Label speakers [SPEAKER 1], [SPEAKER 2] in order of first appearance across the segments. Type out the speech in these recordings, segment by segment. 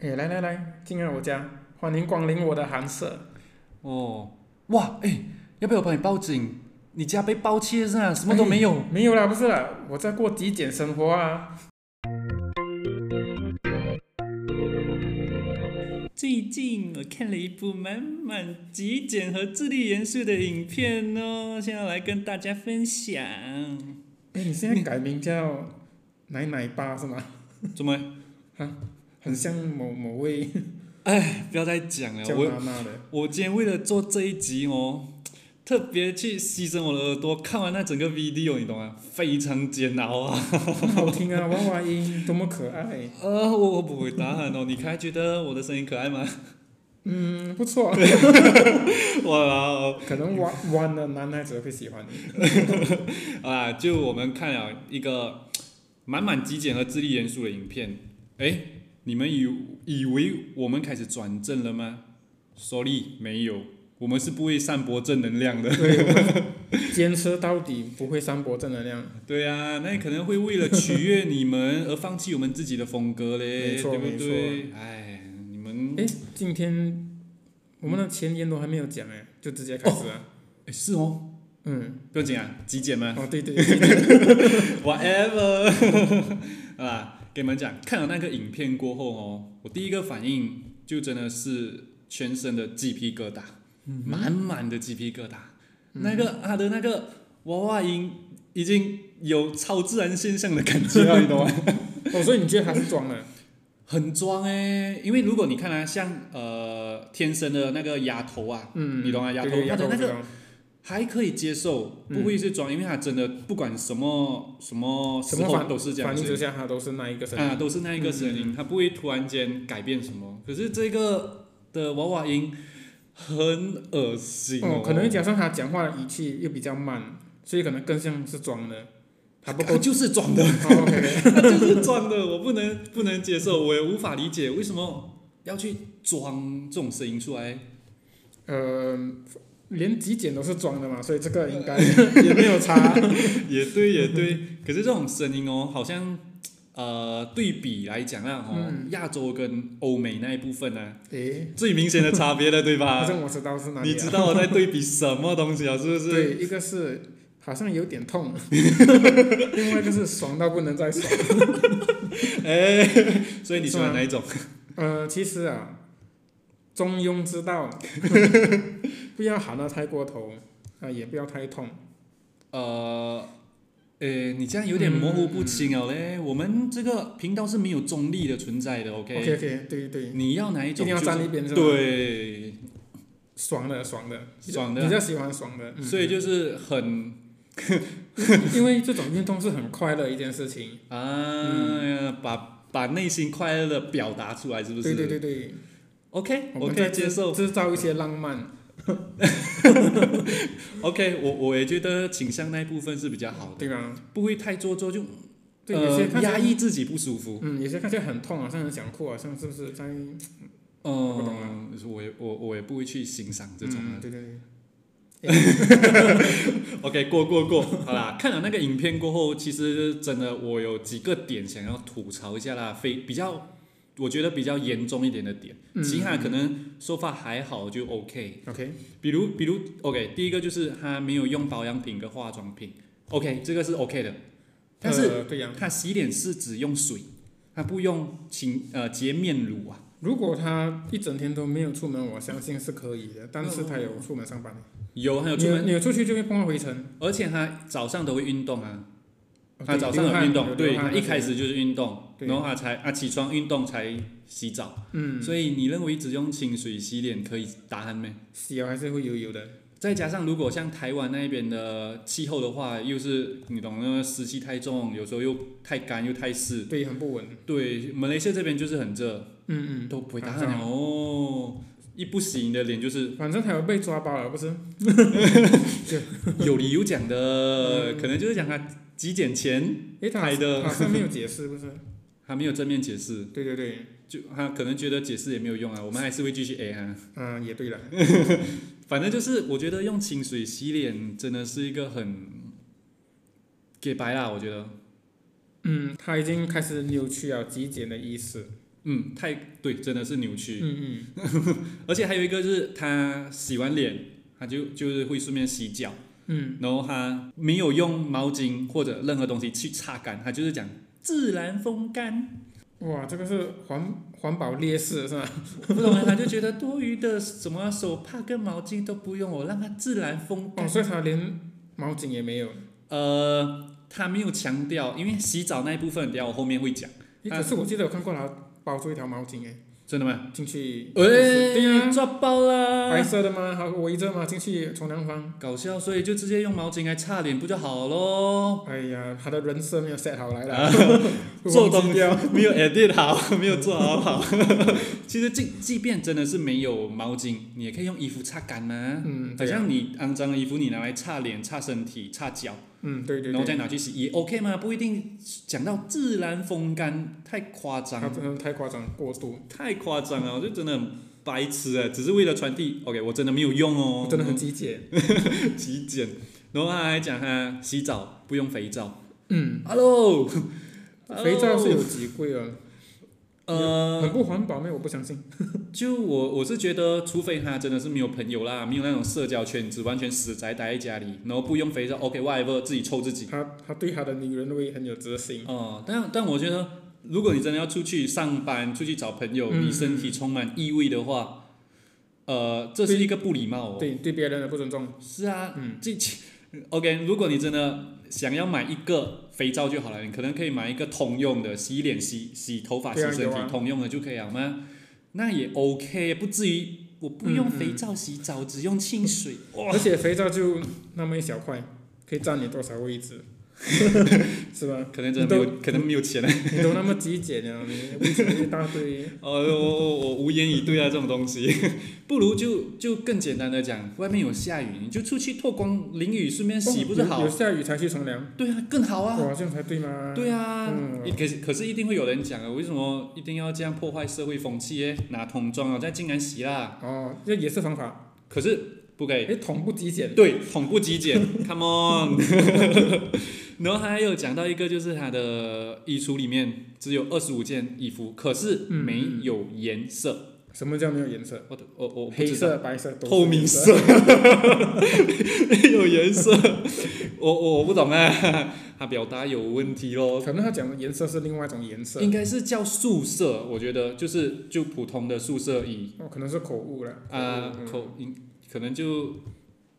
[SPEAKER 1] 哎，来来来，进来我家，欢迎光临我的寒舍。
[SPEAKER 2] 哦，哇，哎，要不要我帮你报警？你家被盗窃是啊，什么都没有。
[SPEAKER 1] 没有啦，不是啦，我在过极简生活啊。
[SPEAKER 3] 哎最近我看了一部满满极简和智力元素的影片哦，现在来跟大家分享。
[SPEAKER 1] 哎，你现在改名叫奶奶吧是吗？
[SPEAKER 2] 怎么？
[SPEAKER 1] 很像某某位
[SPEAKER 2] 哎，不要再讲了。
[SPEAKER 1] 叫
[SPEAKER 2] 我
[SPEAKER 1] 妈妈的。
[SPEAKER 2] 我今天为了做这一集哦，特别去牺牲我的耳朵，看完那整个 video，你懂吗？非常煎熬啊。
[SPEAKER 1] 很好听啊，娃娃音多么可爱。
[SPEAKER 2] 呃，我我不会答案哦，你还觉得我的声音可爱吗？
[SPEAKER 1] 嗯，不错，
[SPEAKER 2] 哇哦！
[SPEAKER 1] 可能弯弯的男孩子会喜欢你。
[SPEAKER 2] 啊，就我们看了一个满满极简和智力元素的影片，哎，你们以以为我们开始转正了吗？Sorry，没有，我们是不会散播正能量的。
[SPEAKER 1] 坚持到底，不会散播正能量。
[SPEAKER 2] 对啊，那可能会为了取悦你们而放弃我们自己的风格嘞，
[SPEAKER 1] 没错
[SPEAKER 2] 对
[SPEAKER 1] 没
[SPEAKER 2] 不
[SPEAKER 1] 错
[SPEAKER 2] 对？哎，你们
[SPEAKER 1] 哎，今天我们的前言都还没有讲哎，就直接开始了。
[SPEAKER 2] 哎是哦，
[SPEAKER 1] 嗯，
[SPEAKER 2] 不用紧啊，极简嘛
[SPEAKER 1] 哦对对对，
[SPEAKER 2] ，whatever 啊，给你们讲，看了那个影片过后哦，我第一个反应就真的是全身的鸡皮疙瘩，
[SPEAKER 1] 嗯
[SPEAKER 2] 满满的鸡皮疙瘩。那个他的那个娃娃音已经有超自然现象的感 觉了，你懂吗？
[SPEAKER 1] 哦，所以你觉得他是装的？
[SPEAKER 2] 很装哎、因为如果你看啊，像呃天生的那个丫头啊，
[SPEAKER 1] 嗯，
[SPEAKER 2] 你懂啊，丫
[SPEAKER 1] 对
[SPEAKER 2] 头
[SPEAKER 1] 对，
[SPEAKER 2] 她
[SPEAKER 1] 丫头
[SPEAKER 2] 的那
[SPEAKER 1] 我
[SPEAKER 2] 个
[SPEAKER 1] 知道
[SPEAKER 2] 还可以接受，
[SPEAKER 1] 嗯
[SPEAKER 2] 不会是装，因为她真的不管什么什么
[SPEAKER 1] 什
[SPEAKER 2] 时
[SPEAKER 1] 么
[SPEAKER 2] 候
[SPEAKER 1] 反
[SPEAKER 2] 都是这样
[SPEAKER 1] 反应之
[SPEAKER 2] 子
[SPEAKER 1] 下，他都是那一个声音。
[SPEAKER 2] 啊，都是那一个声音，她不会突然间改变什么。可是这个的娃娃音很恶心
[SPEAKER 1] 哦，可能加上他讲话的语气又比较慢，所以可能更像是装 的，他不够。
[SPEAKER 2] 她就是装的，
[SPEAKER 1] 哦 OK，
[SPEAKER 2] 她就是装的，我不能不能接受，我也无法理解为什么要去装这种声音出来。
[SPEAKER 1] 呃，连极简都是装的嘛，所以这个应该 也没有差。
[SPEAKER 2] 也对，也对。可是这种声音哦，好像呃对比来讲啊，哦，亚洲跟欧美那一部分呢、 啊
[SPEAKER 1] 诶，
[SPEAKER 2] 最明显的差别了，对
[SPEAKER 1] 好
[SPEAKER 2] 吧？
[SPEAKER 1] 像我知道是哪里、啊。
[SPEAKER 2] 你知道我在对比什么东西啊？是不是？
[SPEAKER 1] 对，一个是好像有点 痛，另外一个是爽到不能再爽。
[SPEAKER 2] 哎， 所以你喜欢哪一种？
[SPEAKER 1] 呃，其实啊，中庸之 道，不要喊得太过头啊、也不要太痛。
[SPEAKER 2] 呃，呃，你这样有点模糊不清
[SPEAKER 1] 嗯
[SPEAKER 2] 哦嘞。我们这个频道是没有中立的存在的
[SPEAKER 1] OK OK，对对，
[SPEAKER 2] 你要哪一
[SPEAKER 1] 一
[SPEAKER 2] 种
[SPEAKER 1] 定要
[SPEAKER 2] 就
[SPEAKER 1] 站一
[SPEAKER 2] 是？
[SPEAKER 1] 边是吧？，
[SPEAKER 2] 对，
[SPEAKER 1] 爽的爽的，
[SPEAKER 2] 爽的
[SPEAKER 1] 比较喜欢爽的。嗯、
[SPEAKER 2] 所以就是很
[SPEAKER 1] 因为这种运动是很快乐的一件事情。
[SPEAKER 2] 啊，把把内心快乐的表达出来，是不是？
[SPEAKER 1] 对嗯对对对，
[SPEAKER 2] OK，
[SPEAKER 1] 我
[SPEAKER 2] 我
[SPEAKER 1] 们
[SPEAKER 2] 可
[SPEAKER 1] 在
[SPEAKER 2] 以接受。
[SPEAKER 1] 制造一些浪漫。
[SPEAKER 2] OK，我我也觉得倾向那一部分是比较好的，
[SPEAKER 1] 对吧？
[SPEAKER 2] 不会太做作，就
[SPEAKER 1] 对，有些
[SPEAKER 2] 呃
[SPEAKER 1] 看起来
[SPEAKER 2] 压抑自己不舒服。
[SPEAKER 1] 嗯，有些看起来很痛，好像很想哭，好像是不是在嗯不懂
[SPEAKER 2] 嗯，我也我我也不会去欣赏这种啊。
[SPEAKER 1] 嗯对对对，
[SPEAKER 2] OK，过过过，好啦。 看了那个影片过后，其实真的我有几个点想要吐槽一下啦，非比较我觉得比较严重一点的点，
[SPEAKER 1] 嗯
[SPEAKER 2] 其他可能说法还好就 OK。
[SPEAKER 1] OK，
[SPEAKER 2] 比如，比如，OK，第一个就是他没有用保养品跟化妆品，OK，这个是 OK 的。但是
[SPEAKER 1] 呃对呀、
[SPEAKER 2] 他洗脸是只用水，他不用清呃洁面乳啊。
[SPEAKER 1] 如果他一整天都没有出门，我相信是可以的。但是他有出门上班，
[SPEAKER 2] 有，嗯还有
[SPEAKER 1] 你
[SPEAKER 2] 出
[SPEAKER 1] 有
[SPEAKER 2] 门，
[SPEAKER 1] 你有出去就会碰到灰尘。
[SPEAKER 2] 而且他早上都会运动啊。
[SPEAKER 1] 哦
[SPEAKER 2] 他
[SPEAKER 1] 对
[SPEAKER 2] 早上
[SPEAKER 1] 流汗
[SPEAKER 2] 运动，
[SPEAKER 1] 流
[SPEAKER 2] 对
[SPEAKER 1] 汗
[SPEAKER 2] 他一开始就是运动，
[SPEAKER 1] 对
[SPEAKER 2] 然后他才他起床运动才洗澡。
[SPEAKER 1] 嗯，
[SPEAKER 2] 所以你认为只用清水洗脸可以打鼾没？
[SPEAKER 1] 洗了还是会油油的。
[SPEAKER 2] 再加上，如果像台湾那边的气候的话，又是你懂那个湿气太重，有时候又太干又太湿，
[SPEAKER 1] 对，很不稳。
[SPEAKER 2] 对，马来西亚这边就是很热，
[SPEAKER 1] 嗯
[SPEAKER 2] 都不会打汗哦。一不洗你的脸就是
[SPEAKER 1] 嗯，反正他有被抓包了，不是？
[SPEAKER 2] 有理有讲的，
[SPEAKER 1] 嗯
[SPEAKER 2] 可能就是讲他极简前
[SPEAKER 1] 诶，他
[SPEAKER 2] 拍的
[SPEAKER 1] 好像没有解释，不是？
[SPEAKER 2] 他没有正面解释，
[SPEAKER 1] 对对对，
[SPEAKER 2] 就他可能觉得解释也没有用啊，我们还是会继续 A 啊。
[SPEAKER 1] 嗯、也对了。
[SPEAKER 2] 反正就是我觉得用清水洗脸真的是一个很给白啦，我觉得
[SPEAKER 1] 嗯，他已经开始扭曲了极简的意识。
[SPEAKER 2] 嗯，太对，真的是扭曲。
[SPEAKER 1] 嗯
[SPEAKER 2] 而且还有一个就是他洗完脸，他就就是会顺便洗脚，
[SPEAKER 1] 嗯
[SPEAKER 2] 然后他没有用毛巾或者任何东西去擦干，他就是讲自然风干，
[SPEAKER 1] 嗯，哇，这个是环环保劣势是吧？
[SPEAKER 2] 不懂啊，他就觉得多余的什么啊手帕跟毛巾都不用，我让它自然风干
[SPEAKER 1] 哦，。所以他连毛巾也没有，
[SPEAKER 2] 呃，他没有强调，因为洗澡那一部分，等一下我后面会讲，
[SPEAKER 1] 诶
[SPEAKER 2] 啊
[SPEAKER 1] 可是我记得我看过他包住一条毛巾哎，
[SPEAKER 2] 真的吗？
[SPEAKER 1] 进去，
[SPEAKER 2] 哎、
[SPEAKER 1] 对呀、
[SPEAKER 2] 抓包
[SPEAKER 1] 白
[SPEAKER 2] 啦！
[SPEAKER 1] 色的嘛，还有围着嘛，进去冲凉房。
[SPEAKER 2] 搞笑，所以就直接用毛巾来擦脸不就 好咯？
[SPEAKER 1] 哎呀，他的人设没有 set 好来了，
[SPEAKER 2] 啊做东西没有 edit 好， 没有做好好。其实即即便真的是没有毛巾，你也可以用衣服擦干嘛、
[SPEAKER 1] 嗯，
[SPEAKER 2] 好
[SPEAKER 1] 对呀、
[SPEAKER 2] 像你肮脏的衣服，你拿来擦脸、擦身体、擦脚，
[SPEAKER 1] 嗯，对对
[SPEAKER 2] 然后再
[SPEAKER 1] 对，
[SPEAKER 2] 拿去洗也 OK 吗？不一定讲到自然风干，太夸张
[SPEAKER 1] 他
[SPEAKER 2] 了，
[SPEAKER 1] 真的太夸张过度，
[SPEAKER 2] 太夸张了，我就真的很白痴哎，只是为了传递 OK，我真的没有用哦，
[SPEAKER 1] 真的很机械。
[SPEAKER 2] 极简。然后他还讲他洗澡不用肥皂
[SPEAKER 1] 嗯，
[SPEAKER 2] ，Hello，哦
[SPEAKER 1] 肥皂是有几贵哦，
[SPEAKER 2] 呃
[SPEAKER 1] 很不环保咩？我不相信。
[SPEAKER 2] 就我我是觉得，除非他真的是没有朋友啦，没有那种社交圈子，完全死宅待在家里，然后不用肥皂，OK whatever，自己抽自己。
[SPEAKER 1] 他他对他的女人味很有自信。
[SPEAKER 2] 哦、但但我觉得，如果你真的要出去上班，出去找朋友，
[SPEAKER 1] 嗯
[SPEAKER 2] 你身体充满异味的话，呃，这是一个不礼貌哦。
[SPEAKER 1] 对对别人的不尊重，
[SPEAKER 2] 是啊，
[SPEAKER 1] 嗯
[SPEAKER 2] 这 OK，如果你真的想要买一个肥皂就好了，你可能可以买一个通用的，洗脸、洗洗头发、洗
[SPEAKER 1] 对啊
[SPEAKER 2] 身
[SPEAKER 1] 有
[SPEAKER 2] 体、
[SPEAKER 1] 啊
[SPEAKER 2] 通用的就可以了吗？那也 OK，不至于我不用
[SPEAKER 1] 嗯嗯
[SPEAKER 2] 肥皂洗澡，只用清水。哇
[SPEAKER 1] 而，且肥皂就那么一小块，可以占你多少位置， 是吧？
[SPEAKER 2] 可能真的没
[SPEAKER 1] 你
[SPEAKER 2] 有，可能没有钱了。
[SPEAKER 1] 你都那么极简了，你位置一大堆，
[SPEAKER 2] 呃，我我我无言以对啊，这种 东西，不如就就更简单的讲，外面有下雨，你就出去脱光淋雨，顺便洗不是
[SPEAKER 1] 哦有
[SPEAKER 2] 好
[SPEAKER 1] 有？下雨才去冲凉，
[SPEAKER 2] 对啊，更好啊。
[SPEAKER 1] 哇，这样才对吗？
[SPEAKER 2] 对啊，
[SPEAKER 1] 嗯
[SPEAKER 2] 一可是可是一定会有人讲啊，为什么一定要这样破坏社会风气耶？拿桶装啊，再竟然洗啦！
[SPEAKER 1] 哦，这也是方法，
[SPEAKER 2] 可是不可以，
[SPEAKER 1] 哎，同不极简，
[SPEAKER 2] 对，桶不极 简，Come on。然后他还有讲到一个，就是他的衣橱里面只有二十五件衣服，可是
[SPEAKER 1] 嗯
[SPEAKER 2] 没有颜色。
[SPEAKER 1] 什么叫没有颜色？
[SPEAKER 2] 我我我不
[SPEAKER 1] 黑
[SPEAKER 2] 知道。
[SPEAKER 1] 色、白色、都是
[SPEAKER 2] 透明
[SPEAKER 1] 颜
[SPEAKER 2] 色， 没有颜色，我我我不懂啊，他表达有问题咯。
[SPEAKER 1] 可能他讲的颜色是另外一种颜色
[SPEAKER 2] 应，该是叫宿舍，我觉得就是就普通的宿舍椅
[SPEAKER 1] 哦，可能是口误了。
[SPEAKER 2] 啊、
[SPEAKER 1] 嗯
[SPEAKER 2] 口应可能就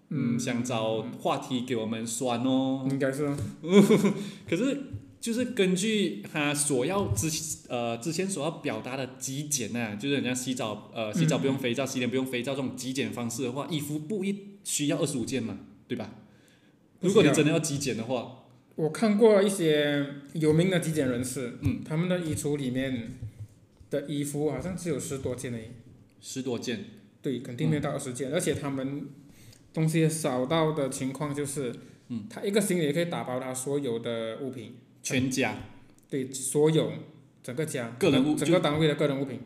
[SPEAKER 2] 嗯
[SPEAKER 1] 嗯
[SPEAKER 2] 想找话题给我们酸哦，
[SPEAKER 1] 应该是哦
[SPEAKER 2] 可是就是根据他所要之呃之前所要表达的极简呐、就是人家洗澡
[SPEAKER 1] 嗯
[SPEAKER 2] 呃洗澡不用肥皂，洗脸不用肥皂这种极简方式的话，衣服不一需要二十五件嘛，对吧？
[SPEAKER 1] 不需要
[SPEAKER 2] 如果你真的要极简的话，
[SPEAKER 1] 我看过一些有名的极简人士，
[SPEAKER 2] 嗯，
[SPEAKER 1] 他们的衣橱里面的衣服好像只有十多件而已，
[SPEAKER 2] 十多件，
[SPEAKER 1] 对，肯
[SPEAKER 2] 嗯
[SPEAKER 1] 定没有到二十件，而且他们东西少到的情况就是，
[SPEAKER 2] 嗯，
[SPEAKER 1] 他一个行李也可以打包他所有的物品，
[SPEAKER 2] 全家
[SPEAKER 1] 对，所有整个家
[SPEAKER 2] 个人物
[SPEAKER 1] 整个单位的个人物品，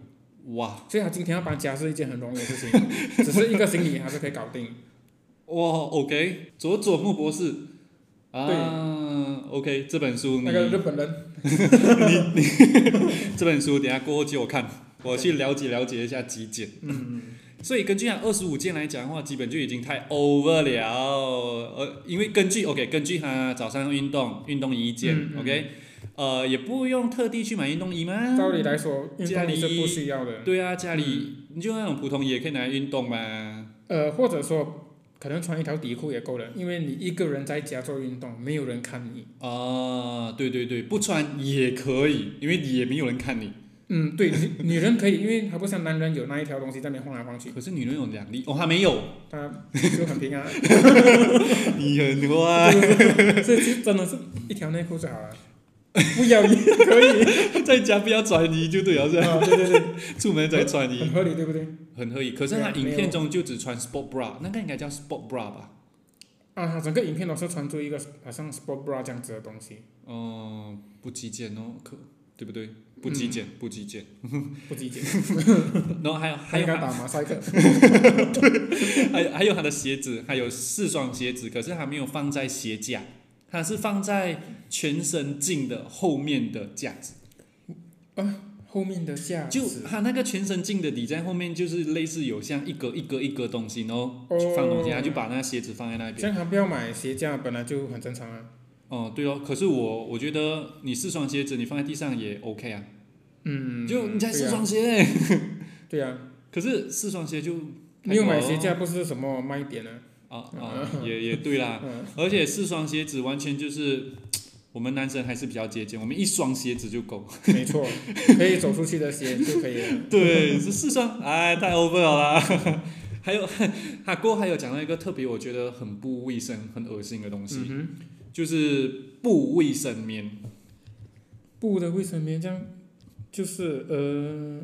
[SPEAKER 2] 哇
[SPEAKER 1] 所以他今天要搬家是一件很容易的事情，只是一个行李还是可以搞 定，
[SPEAKER 2] 哇，OK，佐佐木博士啊，OK，这本书你、
[SPEAKER 1] 那个日本人，
[SPEAKER 2] 这本书等一下过后借我看，我去了解了解一下极简。
[SPEAKER 1] 嗯，
[SPEAKER 2] 所以根据二十五件来讲的话，基本就已经太 over 了。呃，因为根据 OK，根据他早上运动运动衣一件、
[SPEAKER 1] 嗯嗯
[SPEAKER 2] OK，呃，也不用特地去买运动衣吗？
[SPEAKER 1] 照理来嗯说运
[SPEAKER 2] 家
[SPEAKER 1] 动
[SPEAKER 2] 里
[SPEAKER 1] 衣是不需要的，
[SPEAKER 2] 对啊，家里、你就那种普通也可以拿来运动嘛。
[SPEAKER 1] 呃，或者说可能穿一条底裤也够了，因为你一个人在家做运动，没有人看你。
[SPEAKER 2] 啊、对对对，不穿也可以，因为也没有人看你。
[SPEAKER 1] 嗯，对，女女人可以，因为她不像男人有那一条东西在那边晃来晃去，
[SPEAKER 2] 可是女人有两粒哦，她没有，
[SPEAKER 1] 她就很 平安。
[SPEAKER 2] 你很啊坏，
[SPEAKER 1] 所以其实真的是一条内裤就好了，不要也 可 以。
[SPEAKER 2] 在家不要穿衣就对了，是吧？
[SPEAKER 1] 啊，对对对，
[SPEAKER 2] 出门再穿
[SPEAKER 1] 很
[SPEAKER 2] 衣，
[SPEAKER 1] 合理，对不对？
[SPEAKER 2] 很合理。可是
[SPEAKER 1] 对
[SPEAKER 2] 他
[SPEAKER 1] 啊
[SPEAKER 2] 影片中就只穿 sport bra，那个应该叫 sport bra 吧？
[SPEAKER 1] 啊，她整个影片都是穿着一个好像 sport bra 这样子的东西，
[SPEAKER 2] 哦、不极简哦，可对不对？不极简，不极简。
[SPEAKER 1] 不理 解。
[SPEAKER 2] 然后还有还
[SPEAKER 1] 她应
[SPEAKER 2] 有
[SPEAKER 1] 该
[SPEAKER 2] 他
[SPEAKER 1] 打马赛克。
[SPEAKER 2] 还有还有他的鞋子，还有四双鞋子，可是他没有放在鞋架，他是放在全身镜的后面的架子。
[SPEAKER 1] 后面的价值
[SPEAKER 2] 就它那个全身镜的底在后面，就是类似有像一格一格一格东西，然后
[SPEAKER 1] 哦
[SPEAKER 2] 放东西，他就把那鞋子放在那
[SPEAKER 1] 这
[SPEAKER 2] 边。
[SPEAKER 1] 样他不要买鞋架本来就很正常啊。
[SPEAKER 2] 哦，对哦，可是我我觉得你四双鞋子你放在地上也 OK 啊，
[SPEAKER 1] 嗯，
[SPEAKER 2] 就你才
[SPEAKER 1] 对
[SPEAKER 2] 四
[SPEAKER 1] 啊
[SPEAKER 2] 双鞋 欸、
[SPEAKER 1] 对啊，
[SPEAKER 2] 可是四双鞋就
[SPEAKER 1] 没有买鞋架不是什么卖点啊。
[SPEAKER 2] 啊啊，也也对啦，
[SPEAKER 1] 嗯
[SPEAKER 2] 而且四双鞋子完全就是。我们男生还是比较节俭，我们一双鞋子就够。
[SPEAKER 1] 没错，可以走出去的鞋就可以了。
[SPEAKER 2] 对，是四双，哎，太 over 了啦。 还有，他过后还有讲到一个特别我觉得很不卫生、很恶心的东西，
[SPEAKER 1] 嗯
[SPEAKER 2] 就是不卫生棉，
[SPEAKER 1] 哼，布的卫生棉这样，就是呃，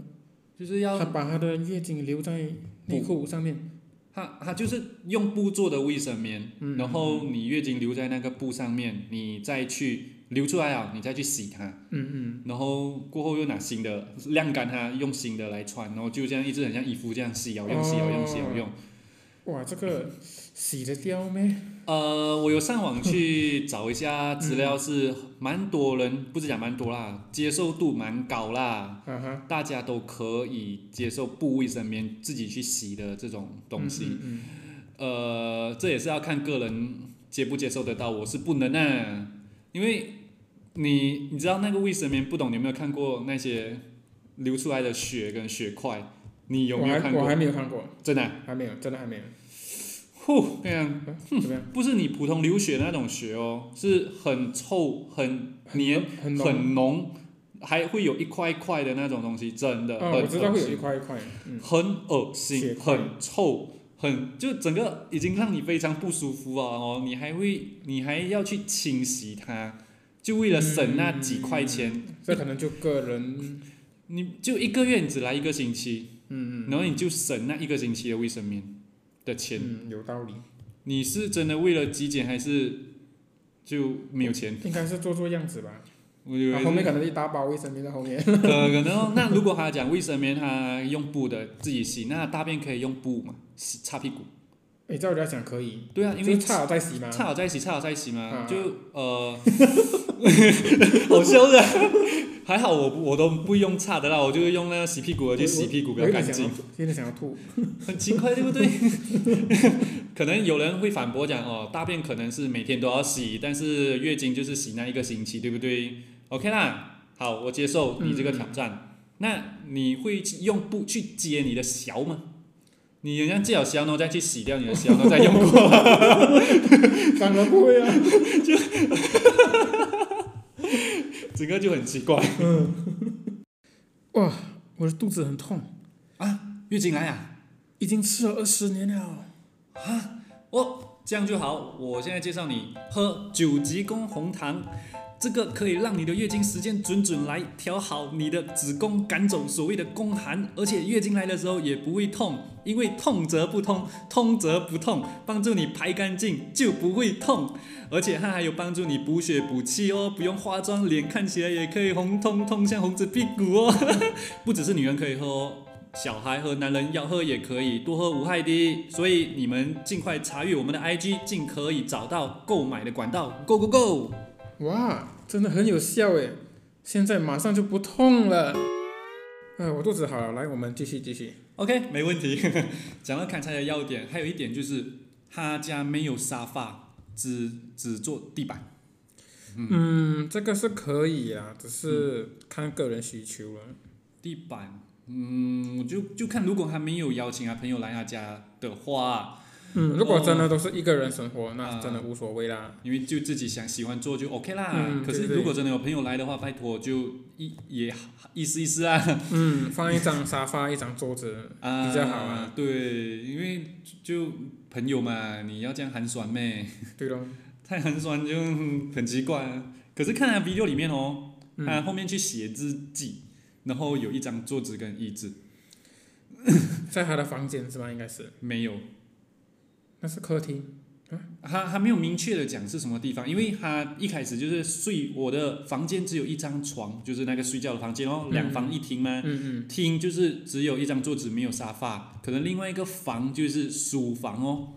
[SPEAKER 2] 就是要
[SPEAKER 1] 他把他的月经留在内裤上面。
[SPEAKER 2] 它它就是用布做的卫生棉，
[SPEAKER 1] 嗯
[SPEAKER 2] 然后你月经留在那个布上面，你再去流出来啊，你再去洗它，
[SPEAKER 1] 嗯嗯，
[SPEAKER 2] 然后过后又拿新的晾干它，用新的来穿，然后就这样一直很像衣服这样洗咬用洗咬用洗咬用。
[SPEAKER 1] 哇，这个洗得掉咩？哦
[SPEAKER 2] 呃，我有上网去找一下资料，是蛮多人，不是讲蛮多啦，接受度蛮高啦，
[SPEAKER 1] 啊哈，
[SPEAKER 2] 大家都可以接受布卫生棉自己去洗的这种东西。
[SPEAKER 1] 嗯嗯
[SPEAKER 2] 呃，这也是要看个人接不接受得到，我是不能啊，因为你你知道那个卫生棉，不懂你有没有看过那些流出来的血跟血块，你有没有看
[SPEAKER 1] 我还我还
[SPEAKER 2] 过？
[SPEAKER 1] 没有看过，
[SPEAKER 2] 真的、啊，
[SPEAKER 1] 还没有，真的还没有。
[SPEAKER 2] 呼，那样
[SPEAKER 1] 啊怎么样？
[SPEAKER 2] 不是你普通流血那种血哦，是很臭、很黏、
[SPEAKER 1] 很浓。
[SPEAKER 2] 很浓，还会有一块一块的那种东西，真的
[SPEAKER 1] 啊，
[SPEAKER 2] 很
[SPEAKER 1] 我知道
[SPEAKER 2] 恶
[SPEAKER 1] 会有一
[SPEAKER 2] 心，
[SPEAKER 1] 块一块。嗯，
[SPEAKER 2] 很恶
[SPEAKER 1] 血
[SPEAKER 2] 心，
[SPEAKER 1] 块
[SPEAKER 2] 很臭，很就整个已经让你非常不舒服啊！哦，你还会，你还要去清洗它，就为了省那几块钱，
[SPEAKER 1] 这可能就个人，
[SPEAKER 2] 你就一个月你只来一个星期，
[SPEAKER 1] 嗯嗯
[SPEAKER 2] 然后你就省那一个星期的卫生棉的钱，
[SPEAKER 1] 嗯，有道理。
[SPEAKER 2] 你是真的为了极简还是就没有钱？
[SPEAKER 1] 应该是做做样子吧。
[SPEAKER 2] 我以为
[SPEAKER 1] 啊后面可能一大包卫生棉在后面。
[SPEAKER 2] 呃，可能那如果他讲卫生棉，他用布的自己洗，那大便可以用布嘛，洗擦屁股。
[SPEAKER 1] 你照理来讲可以，
[SPEAKER 2] 对啊，因为
[SPEAKER 1] 就差了再洗嘛。
[SPEAKER 2] 擦好再洗，擦好再洗嘛，
[SPEAKER 1] 嗯
[SPEAKER 2] 就 呃，好笑的。还好我不我都不用擦的啦，我就是用那个洗屁股的去洗屁股，比
[SPEAKER 1] 我
[SPEAKER 2] 较
[SPEAKER 1] 有
[SPEAKER 2] 干
[SPEAKER 1] 点想
[SPEAKER 2] 净
[SPEAKER 1] 要，，有点想要吐。
[SPEAKER 2] 很勤快，对不 对？可能有人会反驳讲哦，大便可能是每天都要洗，但是月经就是洗那一个星期，对不对？OK 啦，好，我接受你这个挑战。那你会去用布去接你的小吗？你人家借小小，然后再去洗掉你的小，然后再用过吗
[SPEAKER 1] 当然不会啊。
[SPEAKER 2] 整个就很奇怪
[SPEAKER 1] 哇，我的肚子很痛，
[SPEAKER 2] 啊！月经来啊！
[SPEAKER 1] 已经吃了二十年了。
[SPEAKER 2] 哦，这样就好。我现在介绍你喝九级宫红糖，这个可以让你的月经时间准准来，调好你的子宫，赶走所谓的宫寒，而且月经来的时候也不会痛，因为痛则不通，通则不痛，帮助你排干净就不会痛，而且它还有帮助你补血补气哦，不用化妆，脸看起来也可以红彤彤，像红子屁股哦。 不只是女人可以喝哦， 小孩和男人要喝也可以，多喝无害的。所以你们尽快查阅我们的 IG，尽可以找到购买的管道。Go go go！
[SPEAKER 1] 哇，真的很有效诶！现在马上就不痛了。呃，我肚子好了，来，我们继续继续。
[SPEAKER 2] OK，没问题。讲到砍柴的要点，还有一点就是他家没有沙发，只只做地板。
[SPEAKER 1] 嗯，这个是可以啊，只是
[SPEAKER 2] 嗯
[SPEAKER 1] 看个人需求了。
[SPEAKER 2] 地板，嗯，我就就看如果他没有邀请他朋友来他家的话，
[SPEAKER 1] 嗯，如果真的都是一个人生活，那
[SPEAKER 2] 啊
[SPEAKER 1] 真的无所谓啦。
[SPEAKER 2] 因为就自己想喜欢做就 OK 啦。
[SPEAKER 1] 嗯
[SPEAKER 2] 可是
[SPEAKER 1] 对对
[SPEAKER 2] 如果真的有朋友来的话，拜托就一也意思意思啊。
[SPEAKER 1] 嗯，放一张沙发，一张桌子。
[SPEAKER 2] 啊，
[SPEAKER 1] 比较好啊。
[SPEAKER 2] 对，因为就朋友嘛，你要这样寒酸咩？
[SPEAKER 1] 对咯，
[SPEAKER 2] 太寒酸就很奇怪、啊。可是看他 video 里面哦，
[SPEAKER 1] 嗯
[SPEAKER 2] 他后面去写日记，然后有一张桌子跟椅子，
[SPEAKER 1] 在他的房间是吗？应该是，
[SPEAKER 2] 没有。
[SPEAKER 1] 那是客厅。
[SPEAKER 2] 他他没有明确的讲是什么地方，因为他一开始就是睡我的房间只有一张床，就是那个睡觉的房间哦，两房一厅嘛。
[SPEAKER 1] 嗯嗯
[SPEAKER 2] 厅就是只有一张桌子，没有沙发，可能另外一个房就是书房哦。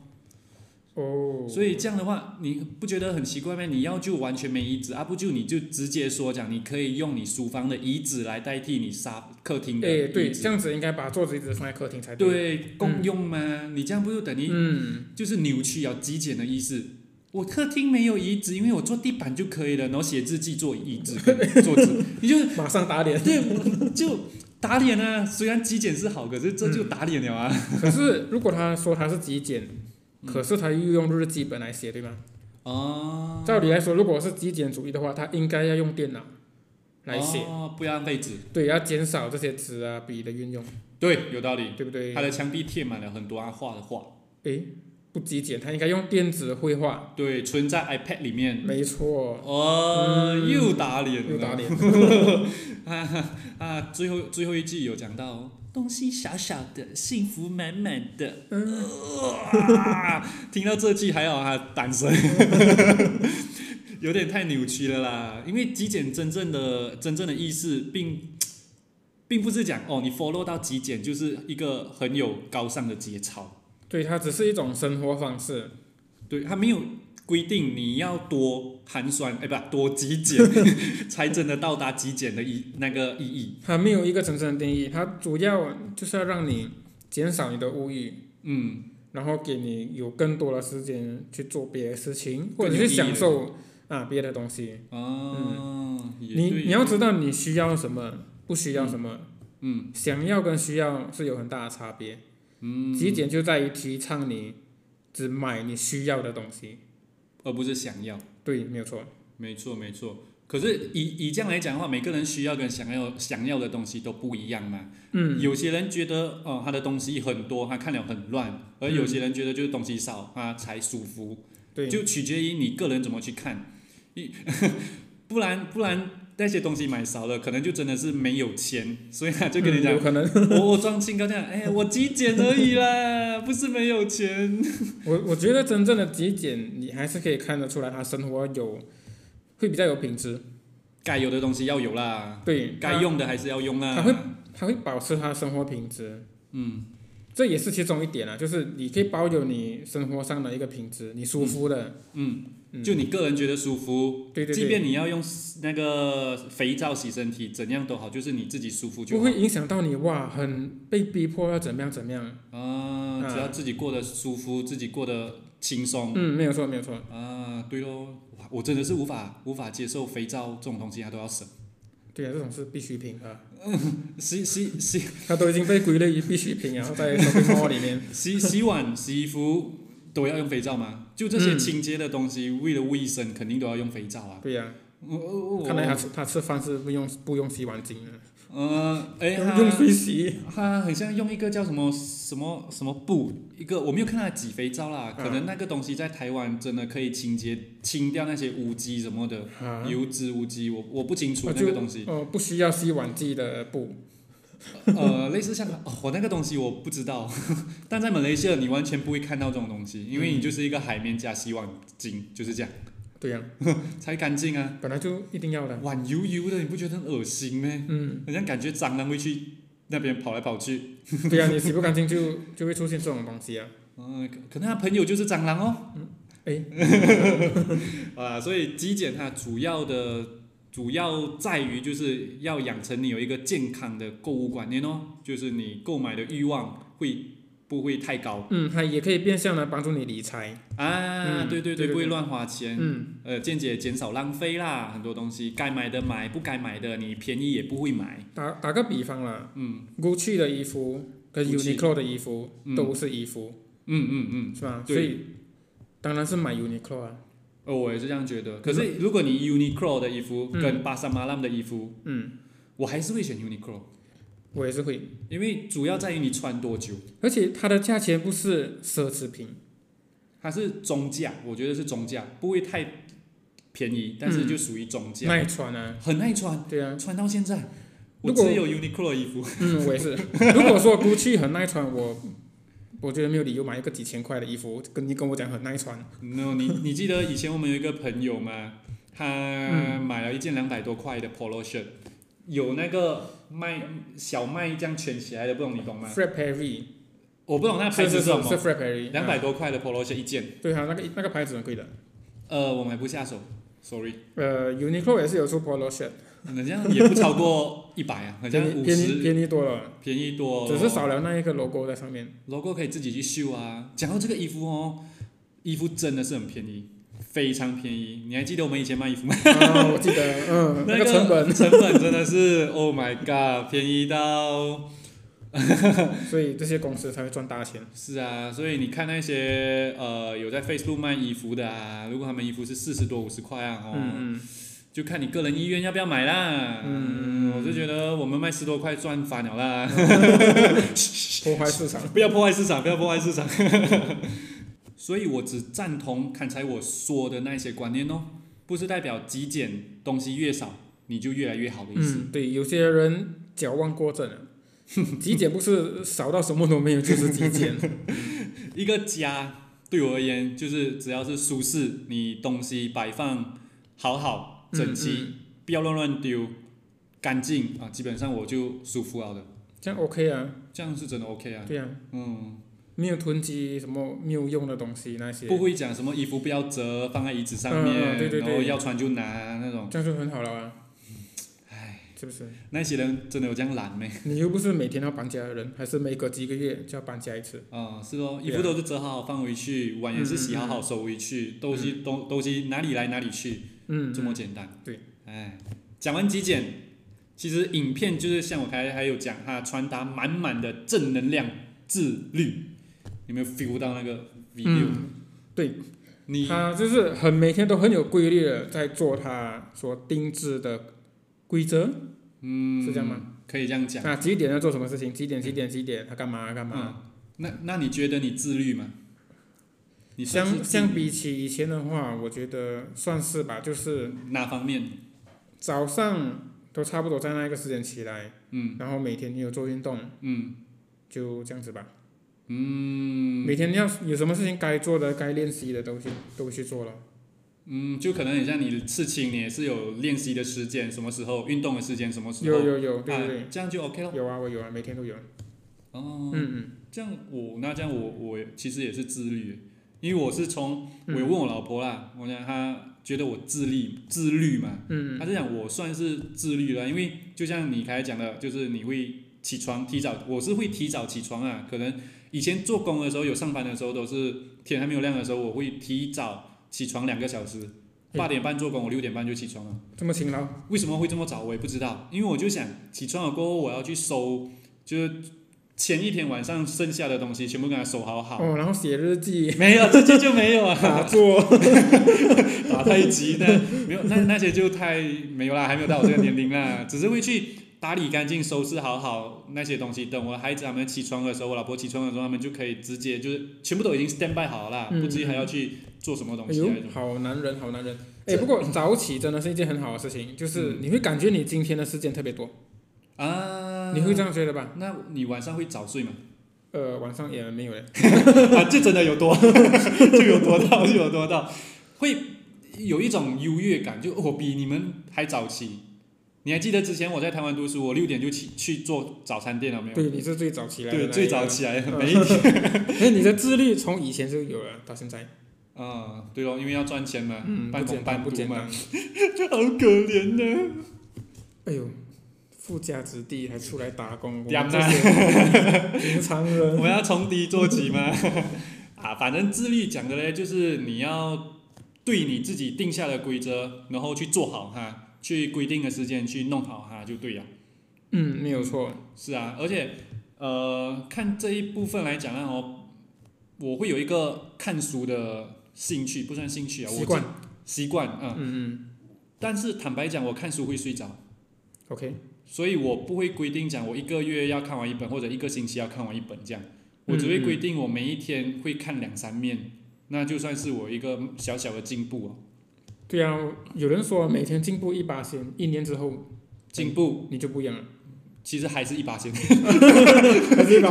[SPEAKER 1] 哦，
[SPEAKER 2] 所以这样的话，你不觉得很奇怪吗？你要就完全没椅子啊，不就你就直接说讲，你可以用你书房的椅子来代替你沙客厅的
[SPEAKER 1] 哎，
[SPEAKER 2] 椅
[SPEAKER 1] 对，
[SPEAKER 2] 子，
[SPEAKER 1] 这样子应该把桌子一直放在客厅才对。
[SPEAKER 2] 对，共用吗？你这样不就等于
[SPEAKER 1] 嗯，
[SPEAKER 2] 就是扭曲啊极简的意思？我客厅没有椅子，因为我坐地板就可以了，然后写字记做椅子跟桌子，你就
[SPEAKER 1] 马上打脸。
[SPEAKER 2] 对，我就打脸啊！虽然极简是好，可是这就打脸了啊！
[SPEAKER 1] 可是如果他说他是极简，可是他又用日记本来写，对吗？
[SPEAKER 2] 哦，
[SPEAKER 1] 照理来说，如果是极简主义的话，他应该要用电脑来写，
[SPEAKER 2] 哦，不要浪费纸，
[SPEAKER 1] 对，要减少这些纸啊笔的运用，
[SPEAKER 2] 对，有道理。
[SPEAKER 1] 对不对
[SPEAKER 2] 它？的墙壁贴满了很多他啊画的画，
[SPEAKER 1] 诶，不极简，他应该用电子绘画，
[SPEAKER 2] 对，存在 iPad 里面。
[SPEAKER 1] 没错，
[SPEAKER 2] 哦，
[SPEAKER 1] 嗯
[SPEAKER 2] 又打脸了，
[SPEAKER 1] 又打脸
[SPEAKER 2] 啊啊！最后最后一句有讲到哦，
[SPEAKER 3] 东西小小的，幸福满满的，
[SPEAKER 1] 嗯
[SPEAKER 2] 哇，啊听到这句还好他单身， 有点太扭曲了啦。因为极简真正的真正的意思并并不是讲哦，你 follow 到极简就是一个很有高尚的节操，
[SPEAKER 1] 对，它只是一种生活方式，
[SPEAKER 2] 对，他没有规定你要多寒酸，哎，不，多极简 才真的到达极简的意那个意义。
[SPEAKER 1] 它没有一个真正的定义，它主要就是要让你减少你的物欲，
[SPEAKER 2] 嗯，
[SPEAKER 1] 然后给你有更多的时间去做别的事情，或
[SPEAKER 2] 更
[SPEAKER 1] 者
[SPEAKER 2] 有意义
[SPEAKER 1] 去
[SPEAKER 2] 的
[SPEAKER 1] 享受啊别的东西。
[SPEAKER 2] 哦，也
[SPEAKER 1] 嗯你
[SPEAKER 2] 对
[SPEAKER 1] 你要知道你需要什么，不需要什么，
[SPEAKER 2] 嗯，
[SPEAKER 1] 想要跟需要是有很大的差别。嗯，极简就在于提倡你只买你需要的东西，
[SPEAKER 2] 而不是想要。
[SPEAKER 1] 对，没有错。
[SPEAKER 2] 没错，没错。可是以以这样来讲的话，每个人需要跟想要想要的东西都不一样嘛。
[SPEAKER 1] 嗯，
[SPEAKER 2] 有些人觉得，呃，他的东西很多，他看了很乱；而有些人觉得就是东西少，他才舒服。
[SPEAKER 1] 对，
[SPEAKER 2] 就取决于你个人怎么去看。一 不然不然那些东西买少了，可能就真的是没有钱，所以他就跟你
[SPEAKER 1] 嗯
[SPEAKER 2] 讲
[SPEAKER 1] 有，可能。
[SPEAKER 2] 我我装清高这样，哎，我极简而已啦，不是没有 钱。
[SPEAKER 1] 我我觉得真正的极简，你还是可以看得出来，他生活有会比较有品质，
[SPEAKER 2] 该有的东西要有啦，
[SPEAKER 1] 对，
[SPEAKER 2] 啊该用的还是要用啦。
[SPEAKER 1] 他会他他会保持他的生活品质，
[SPEAKER 2] 嗯，
[SPEAKER 1] 这也是其中一点啊，就是你可以保有你生活上的一个品质，你舒服的，
[SPEAKER 2] 嗯，就你个人觉得舒服，
[SPEAKER 1] 对对
[SPEAKER 2] 嗯即
[SPEAKER 1] 对，
[SPEAKER 2] 便你要用 s- 那个肥皂洗身体，怎样都好，就是你自己舒服就
[SPEAKER 1] 不
[SPEAKER 2] 好。
[SPEAKER 1] 会影响到你哇，很被逼迫要怎么样怎么样，
[SPEAKER 2] 啊，只要自己过得舒服，自己过得轻松。
[SPEAKER 1] 嗯，没有错没有错，
[SPEAKER 2] 啊，对喽，哇我真的是无法无法接受肥皂这种东西，它都要省。
[SPEAKER 1] 对啊，这种是必需品啊，
[SPEAKER 2] 洗洗洗
[SPEAKER 1] 它都已经被归类于必需品，然后在 shopping mall 里 面，
[SPEAKER 2] 洗洗碗、洗衣服都要用肥皂吗？就这些
[SPEAKER 1] 嗯
[SPEAKER 2] 清洁的东西，为了卫生，肯定都要用肥皂啊。
[SPEAKER 1] 对呀、
[SPEAKER 2] 我我
[SPEAKER 1] 啊，
[SPEAKER 2] 我
[SPEAKER 1] 看来他吃他吃饭是不用不用洗碗巾的，
[SPEAKER 2] 呃，哎，它
[SPEAKER 1] 用水洗，
[SPEAKER 2] 它很像用一个叫什么什么什么布，一个我没有看它挤肥皂啦，
[SPEAKER 1] 嗯
[SPEAKER 2] 可能那个东西在台湾真的可以清洁清掉那些污迹什么的，
[SPEAKER 1] 啊。
[SPEAKER 2] 油脂污迹，我我不清楚
[SPEAKER 1] 啊
[SPEAKER 2] 那
[SPEAKER 1] 就
[SPEAKER 2] 个东西，
[SPEAKER 1] 哦，不需要洗碗剂的布，
[SPEAKER 2] 呃，类似像哦，我那个东西我不知道， 但在马来西亚你完全不会看到这种东西，因为你就是一个海绵加洗碗巾，就是这样
[SPEAKER 1] 对呀、
[SPEAKER 2] 才干净啊，
[SPEAKER 1] 本来就一定要的。
[SPEAKER 2] 碗油油的，你不觉得很恶心吗？
[SPEAKER 1] 嗯，
[SPEAKER 2] 好像感觉蟑螂会去那边跑来跑去，
[SPEAKER 1] 对啊呀、你洗不干净就 就会出现这种东西啊。
[SPEAKER 2] 嗯，可可能他朋友就是蟑螂哦。
[SPEAKER 1] 诶
[SPEAKER 2] 啊，所以极简它主要的主要在于就是要养成你有一个健康的购物观念哦，就是你购买的欲望会不会太高
[SPEAKER 1] 嗯，它也可以变相的帮助你理财。
[SPEAKER 2] 啊？
[SPEAKER 1] 嗯
[SPEAKER 2] 对对
[SPEAKER 1] 对对
[SPEAKER 2] 不会
[SPEAKER 1] 对
[SPEAKER 2] 乱花钱。
[SPEAKER 1] 嗯，
[SPEAKER 2] 呃，间接减少浪费啦，很多东西该买的买，不该买的你便宜也不会买。
[SPEAKER 1] 打打个比方啦
[SPEAKER 2] 嗯
[SPEAKER 1] ，GUCCI 的衣服跟
[SPEAKER 2] Gucci
[SPEAKER 1] Uniqlo 的衣服
[SPEAKER 2] 嗯
[SPEAKER 1] 都是衣服，
[SPEAKER 2] 嗯嗯嗯，
[SPEAKER 1] 是吧？
[SPEAKER 2] 对
[SPEAKER 1] 所以当然是买 Uniqlo 啊。
[SPEAKER 2] 呃，我也是这样觉得。可是如果你 Uniqlo 的衣服跟巴萨马浪的衣服，
[SPEAKER 1] 嗯，
[SPEAKER 2] 我还是会选 Uniqlo。
[SPEAKER 1] 我也是会，
[SPEAKER 2] 因为主要在于你穿多久，
[SPEAKER 1] 而且它的价钱不是奢侈品，
[SPEAKER 2] 它是中价，我觉得是中价，不会太便宜，但
[SPEAKER 1] 嗯
[SPEAKER 2] 是就属于中价，
[SPEAKER 1] 耐穿啊。
[SPEAKER 2] 很耐穿，
[SPEAKER 1] 对啊，
[SPEAKER 2] 穿到现在，我
[SPEAKER 1] 如果
[SPEAKER 2] 只有 Uniqlo 的衣服，
[SPEAKER 1] 嗯，我也是。如果说 GUCCI 很耐穿，我我觉得没有理由买一个几千块的衣服，跟你跟我讲很耐穿。
[SPEAKER 2] no，你你记得以前我们有一个朋友吗？他
[SPEAKER 1] 嗯
[SPEAKER 2] 买了一件两百多块的 polo shirt，有那个麦小麦这样卷起来的，不懂你懂吗？
[SPEAKER 1] Fred Perry，
[SPEAKER 2] 我不懂那牌
[SPEAKER 1] 是
[SPEAKER 2] 子
[SPEAKER 1] 是
[SPEAKER 2] 什
[SPEAKER 1] 是是
[SPEAKER 2] 么，
[SPEAKER 1] f r a p p e r
[SPEAKER 2] 两百多块的 polo 鞋一件，
[SPEAKER 1] 对啊，那个那个牌子很贵的。
[SPEAKER 2] 呃，我买不下手，sorry，
[SPEAKER 1] 呃，Uniqlo 也是有出 polo shirt，
[SPEAKER 2] 好像也不超过一百啊，好像
[SPEAKER 1] 便宜
[SPEAKER 2] 五
[SPEAKER 1] 便宜
[SPEAKER 2] 十，哦
[SPEAKER 1] 便宜多了，
[SPEAKER 2] 便宜多，
[SPEAKER 1] 只是少了那一个 logo 在上 面。
[SPEAKER 2] logo 可以自己去绣啊。讲到这个衣服哦，衣服真的是很便宜，非常便宜。你还记得我们以前卖衣服吗？
[SPEAKER 1] 啊，我记得，嗯，那
[SPEAKER 2] 个
[SPEAKER 1] 个成本，
[SPEAKER 2] 成本真的是，Oh my God，便宜到
[SPEAKER 1] 所以这些公司才会赚大钱。
[SPEAKER 2] 是啊。所以你看那些呃有在 Facebook 卖衣服的啊，如果他们衣服是四十多五十块啊，哦，
[SPEAKER 1] 嗯嗯，
[SPEAKER 2] 就看你个人意愿要不要买啦。
[SPEAKER 1] 嗯
[SPEAKER 2] 我就觉得我们卖十多块赚翻了啦。
[SPEAKER 1] 破坏市场。
[SPEAKER 2] 不要破坏市场，不要破坏市场。 所以我只赞同刚才我说的那些观念哦，不是代表极简东西越少你就越来越好的意思。
[SPEAKER 1] 嗯，对，有些人矫枉过正了。极简不是少到什么都没有就是极简，嗯
[SPEAKER 2] 一个家对我而言，就是只要是舒适，你东西摆放好好 整齐，
[SPEAKER 1] 嗯
[SPEAKER 2] 不要乱乱丢，干净啊，基本上我就舒服了的。
[SPEAKER 1] 这样 OK 啊？
[SPEAKER 2] 这样是真的 OK 啊，
[SPEAKER 1] 对啊，
[SPEAKER 2] 嗯，
[SPEAKER 1] 没有囤积什么没有用的东西那些，
[SPEAKER 2] 不会讲什么衣服不要折，放在椅子上面，
[SPEAKER 1] 嗯嗯对对对
[SPEAKER 2] 然后要穿就拿那种。
[SPEAKER 1] 这样就很好了啊，
[SPEAKER 2] 唉，
[SPEAKER 1] 是不是？
[SPEAKER 2] 那些人真的有这样懒没？
[SPEAKER 1] 你又不是每天要搬家的人，还是每隔几个月就要搬家一次。
[SPEAKER 2] 啊、是哦，
[SPEAKER 1] 对
[SPEAKER 2] 衣
[SPEAKER 1] 啊
[SPEAKER 2] 服都是折好好放回去，碗也是洗好好收回去，东西东东西哪里来哪里去，
[SPEAKER 1] 嗯，
[SPEAKER 2] 这么简单。
[SPEAKER 1] 对，
[SPEAKER 2] 哎，讲完极简，其实影片就是像我刚才还有讲，它传达满满的正能量、自律，有没有 feel 到那个 video？、
[SPEAKER 1] 嗯，对，
[SPEAKER 2] 你
[SPEAKER 1] 他就是很每天都很有规律的在做他所定制的规则，
[SPEAKER 2] 嗯
[SPEAKER 1] 是这样吗？
[SPEAKER 2] 可以这样讲。
[SPEAKER 1] 啊，几点要做什么事情，几点几点几点他干嘛干嘛。
[SPEAKER 2] 嗯，那那你觉得你自律吗？你算是
[SPEAKER 1] 相
[SPEAKER 2] 自
[SPEAKER 1] 相比起以前的话，我觉得算是吧，就是
[SPEAKER 2] 哪方面？
[SPEAKER 1] 早上都差不多在那一个时间起来，
[SPEAKER 2] 嗯
[SPEAKER 1] 然后每天也有做运动，
[SPEAKER 2] 嗯
[SPEAKER 1] 就这样子吧。
[SPEAKER 2] 嗯
[SPEAKER 1] 每天要有什么事情该做的、该练习的东西都去做了。
[SPEAKER 2] 嗯，就可能很像你刺青，你也是有练习的时间，什么时候运动的时间，什么时候
[SPEAKER 1] 有有有，对对
[SPEAKER 2] 啊
[SPEAKER 1] 对，，
[SPEAKER 2] 这样就 OK 了。
[SPEAKER 1] 有啊，我有啊，每天都有。
[SPEAKER 2] 哦，
[SPEAKER 1] 嗯
[SPEAKER 2] 这样我那这样我我其实也是自律的，因为我是从我
[SPEAKER 1] 嗯
[SPEAKER 2] 有问我老婆啦，我讲她觉得我自律自律嘛，
[SPEAKER 1] 嗯
[SPEAKER 2] 她就讲我算是自律了，因为就像你刚才讲的，就是你会起床提
[SPEAKER 1] 嗯
[SPEAKER 2] 早，我是会提早起床啊，可能以前做工的时候有上班的时候都是天还没有亮的时候，我会提早起床两个小时，八点半做工，我六点半就起床了。
[SPEAKER 1] 嗯，这么勤劳。
[SPEAKER 2] 为什么会这么早，我也不知道，因为我就想起床了过后，我要去收，就是前一天晚上剩下的东西全部给它收好好。
[SPEAKER 1] 哦，然后写日 记、
[SPEAKER 2] 没有，这些就没有
[SPEAKER 1] 打
[SPEAKER 2] 啊，
[SPEAKER 1] 坐，
[SPEAKER 2] 打太极那没有，那那些就太没有啦，还没有到我这个年龄啦，只是会去打理干净、收拾好好那些东西。等我孩子他们起床的时候，我老婆起床的时候，他们就可以直接就是全部都已经 stand by 好了啦，
[SPEAKER 1] 嗯
[SPEAKER 2] 不至于还要去做什么东
[SPEAKER 1] 哎
[SPEAKER 2] 西
[SPEAKER 1] 呦
[SPEAKER 2] 那种。，
[SPEAKER 1] 好男人，好男人。
[SPEAKER 2] 这
[SPEAKER 1] 哎，不过早起真的是一件很好的事情，就是你会感觉你今天的时间特别多，
[SPEAKER 2] 啊，
[SPEAKER 1] 哎你会这样觉得吧？
[SPEAKER 2] 那你晚上会早睡吗？
[SPEAKER 1] 呃，晚上也没有嘞。
[SPEAKER 2] 啊，这真的有多，就有多到，就有多到，会有一种优越感，就哦我比你们还早起。你还记得之前我在台湾读书，我六点就起去做早餐店了没有？
[SPEAKER 1] 对，你是最早起来的那一
[SPEAKER 2] 对，
[SPEAKER 1] 个。
[SPEAKER 2] 最早起来，
[SPEAKER 1] 嗯
[SPEAKER 2] 每一天。
[SPEAKER 1] 哎，你的自律从以前就有了，到现在。
[SPEAKER 2] 啊、对咯，因为要赚钱嘛，
[SPEAKER 1] 嗯，
[SPEAKER 2] 半
[SPEAKER 1] 不
[SPEAKER 2] 工
[SPEAKER 1] 简
[SPEAKER 2] 半
[SPEAKER 1] 单，不
[SPEAKER 2] 读
[SPEAKER 1] 简
[SPEAKER 2] 嘛
[SPEAKER 1] 单，。
[SPEAKER 2] 就好可怜呢、
[SPEAKER 1] 哎呦，富家子弟还出来打工，我
[SPEAKER 2] 点
[SPEAKER 1] 们
[SPEAKER 2] 啊
[SPEAKER 1] 这些 平常人
[SPEAKER 2] 我。们要从低做起嘛。 啊，反正自律讲的嘞，就是你要对你自己定下的规则，然后去做好哈，去规定的时间去弄好哈，就对了。
[SPEAKER 1] 嗯，没有错。
[SPEAKER 2] 是啊，而且呃，看这一部分来讲啊，哦，我会有一个看书的兴趣，不算兴趣啊，我
[SPEAKER 1] 习惯
[SPEAKER 2] 自习惯啊、
[SPEAKER 1] 嗯嗯
[SPEAKER 2] 但是坦白讲，我看书会睡着，
[SPEAKER 1] ，OK，
[SPEAKER 2] 所以我不会规定讲我一个月要看完一本，或者一个星期要看完一本这样。我只会规定我每一天会看两三面，那就算是我一个小小的进步哦。
[SPEAKER 1] 对啊，有人说每天进步一八先，一年之后
[SPEAKER 2] 进步
[SPEAKER 1] 你就不一样了。
[SPEAKER 2] 其实还是一八千。
[SPEAKER 1] 还是把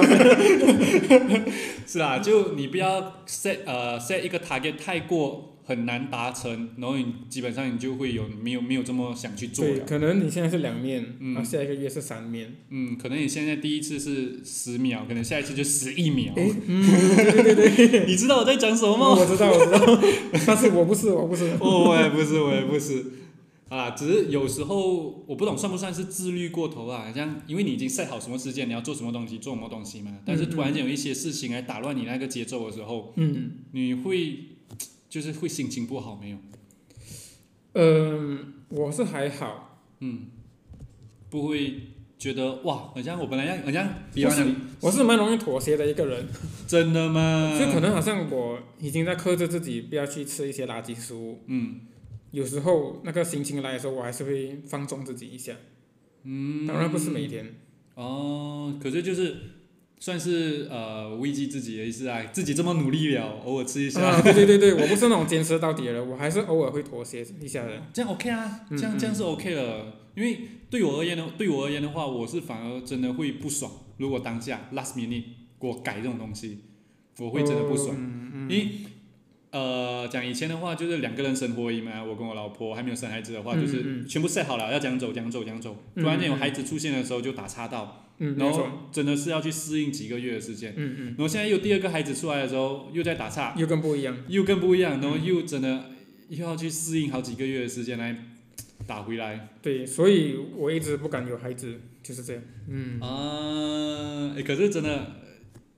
[SPEAKER 2] 是啊，就你不要 set 呃 set 一个 target 太过很难达成，然后你基本上你就会有没有没有这么想去做
[SPEAKER 1] 对，
[SPEAKER 2] 了。
[SPEAKER 1] 可能你现在是两面，
[SPEAKER 2] 嗯
[SPEAKER 1] 然后下一个月是三面。
[SPEAKER 2] 嗯，可能你现在第一次是十秒，可能下一次就十一秒。
[SPEAKER 1] 诶， 嗯，对对对，
[SPEAKER 2] 你知道我在讲什么吗？
[SPEAKER 1] 我知道 我知道，但是我不是我不是，
[SPEAKER 2] 哦，我也不是，我也不是。啊，只是有时候我不懂算不算是自律过头啊？像因为你已经 set 好什么时间你要做什么东西，做什么东西嘛，但是突然间有一些事情来打乱你那个节奏的时候，
[SPEAKER 1] 嗯
[SPEAKER 2] 你会就是会心情不好没有？
[SPEAKER 1] 嗯、我是还好，
[SPEAKER 2] 不会觉得哇，好像我本来要好像比方讲，
[SPEAKER 1] 我是蛮容易妥协的一个人，
[SPEAKER 2] 真的吗？
[SPEAKER 1] 所以可能好像我已经在克制自己不要去吃一些垃圾食物，
[SPEAKER 2] 嗯
[SPEAKER 1] 有时候那个心情来的时候，我还是会放纵自己一下，
[SPEAKER 2] 嗯，
[SPEAKER 1] 当然不是每天，
[SPEAKER 2] 哦，可是就是算是呃慰藉自己的意思啊，自己这么努力了，偶尔吃一下，
[SPEAKER 1] 啊，对对对对，我不是那种坚持到底的人，我还是偶尔会妥协一下的，
[SPEAKER 2] 这样 OK 啊，这
[SPEAKER 1] 嗯
[SPEAKER 2] 样
[SPEAKER 1] 嗯
[SPEAKER 2] 这样是 OK 的，因为对我而言呢，对我而言的话，我是反而真的会不爽。如果当下 last minute 给我改这种东西，我会真的不爽。
[SPEAKER 1] 嗯
[SPEAKER 2] 因为呃，讲以前的话，就是两个人生活而已嘛，我跟我老婆还没有生孩子的话，
[SPEAKER 1] 嗯
[SPEAKER 2] 就是
[SPEAKER 1] 嗯
[SPEAKER 2] 全部 set 好了，要讲走讲走讲走。
[SPEAKER 1] 嗯
[SPEAKER 2] 突然间有
[SPEAKER 1] 嗯
[SPEAKER 2] 孩子出现的时候就打岔到，
[SPEAKER 1] 嗯，
[SPEAKER 2] 然
[SPEAKER 1] 没
[SPEAKER 2] 后
[SPEAKER 1] 错，
[SPEAKER 2] 真的是要去适应几个月的时间。
[SPEAKER 1] 嗯嗯，
[SPEAKER 2] 然后现在又第二个孩子出来的时候又在打岔，
[SPEAKER 1] 又更不一样。
[SPEAKER 2] 又更不
[SPEAKER 1] 嗯
[SPEAKER 2] 一样，然后又真的又要去适应好几个月的时间来打回来。
[SPEAKER 1] 对，所以我一直不敢有孩子，就是这样。嗯，
[SPEAKER 2] 啊、诶可是真的，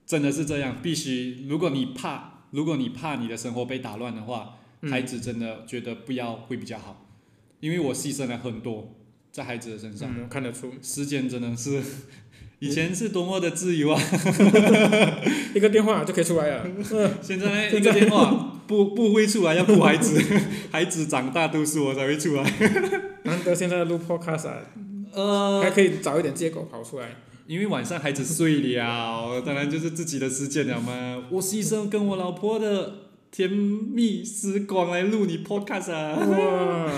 [SPEAKER 2] 真的是这样，必须。如果你怕，如果你怕你的生活被打乱的话，
[SPEAKER 1] 嗯
[SPEAKER 2] 孩子真的觉得不要会比较好，因为我牺牲了很多在孩子的身上，
[SPEAKER 1] 嗯，我看得出，
[SPEAKER 2] 时间真 的是以前是多么的自由啊，
[SPEAKER 1] 一个电话就可以出来了。嗯
[SPEAKER 2] 现在一
[SPEAKER 1] 现
[SPEAKER 2] 个
[SPEAKER 1] 在
[SPEAKER 2] 电话不不会出来要顾孩子， 孩子长大都是我才会出来。
[SPEAKER 1] 难得现在录 podcast，啊还
[SPEAKER 2] 呃，
[SPEAKER 1] 可以找一点借口跑出来。
[SPEAKER 2] 因为晚上孩子睡了，当然就是自己的时间了嘛。我牺牲跟我老婆的甜蜜时光来录你 podcast 啊，
[SPEAKER 1] 哇，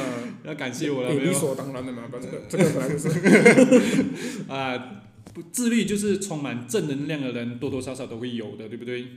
[SPEAKER 2] 要感谢我了
[SPEAKER 1] 诶
[SPEAKER 2] 没
[SPEAKER 1] 理
[SPEAKER 2] 有？
[SPEAKER 1] 所当然的嘛，把这个 这个本来就是。
[SPEAKER 2] 啊，不自律就是充满正能量的人多多少少都会有的，对不对？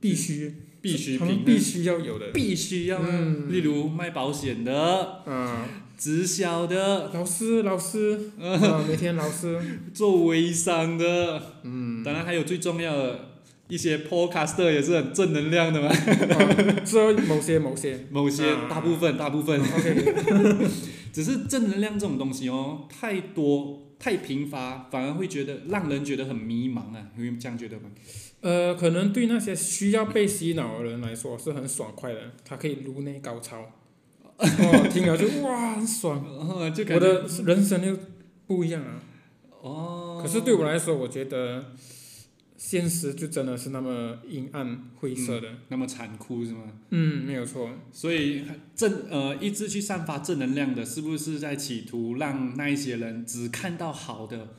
[SPEAKER 1] 必须，
[SPEAKER 2] 必须
[SPEAKER 1] 他
[SPEAKER 2] 平
[SPEAKER 1] 们
[SPEAKER 2] 衡
[SPEAKER 1] 必须要有的。
[SPEAKER 2] 必须要，
[SPEAKER 1] 嗯
[SPEAKER 2] 例如卖保险的、
[SPEAKER 1] 啊，
[SPEAKER 2] 直销的、
[SPEAKER 1] 老师，老师，啊，每天老师，
[SPEAKER 2] 做微商的，嗯，当然还有最重要的一些 podcaster 也是很正能量的嘛，
[SPEAKER 1] 啊只有某些某些。
[SPEAKER 2] 某些
[SPEAKER 1] 啊
[SPEAKER 2] 大部分大部分
[SPEAKER 1] OK，
[SPEAKER 2] 只是正能量这种东西哦，太多太贫乏，反而会觉得让人觉得很迷茫啊，你会这样觉得吗？
[SPEAKER 1] 呃，可能对那些需要被洗脑的人来说是很爽快的，他可以颅内高潮，哦，听了就哇，很爽。
[SPEAKER 2] 哦， 就感
[SPEAKER 1] 我
[SPEAKER 2] 觉
[SPEAKER 1] 的人生又不一样啊。
[SPEAKER 2] 哦，
[SPEAKER 1] 可是对我来说，我觉得现实就真的是那么阴暗灰色的。
[SPEAKER 2] 那么残酷是吗？
[SPEAKER 1] 嗯，没有错。
[SPEAKER 2] 所以正呃一直去散发正能量的，是不是在企图让那一些人只看到好的，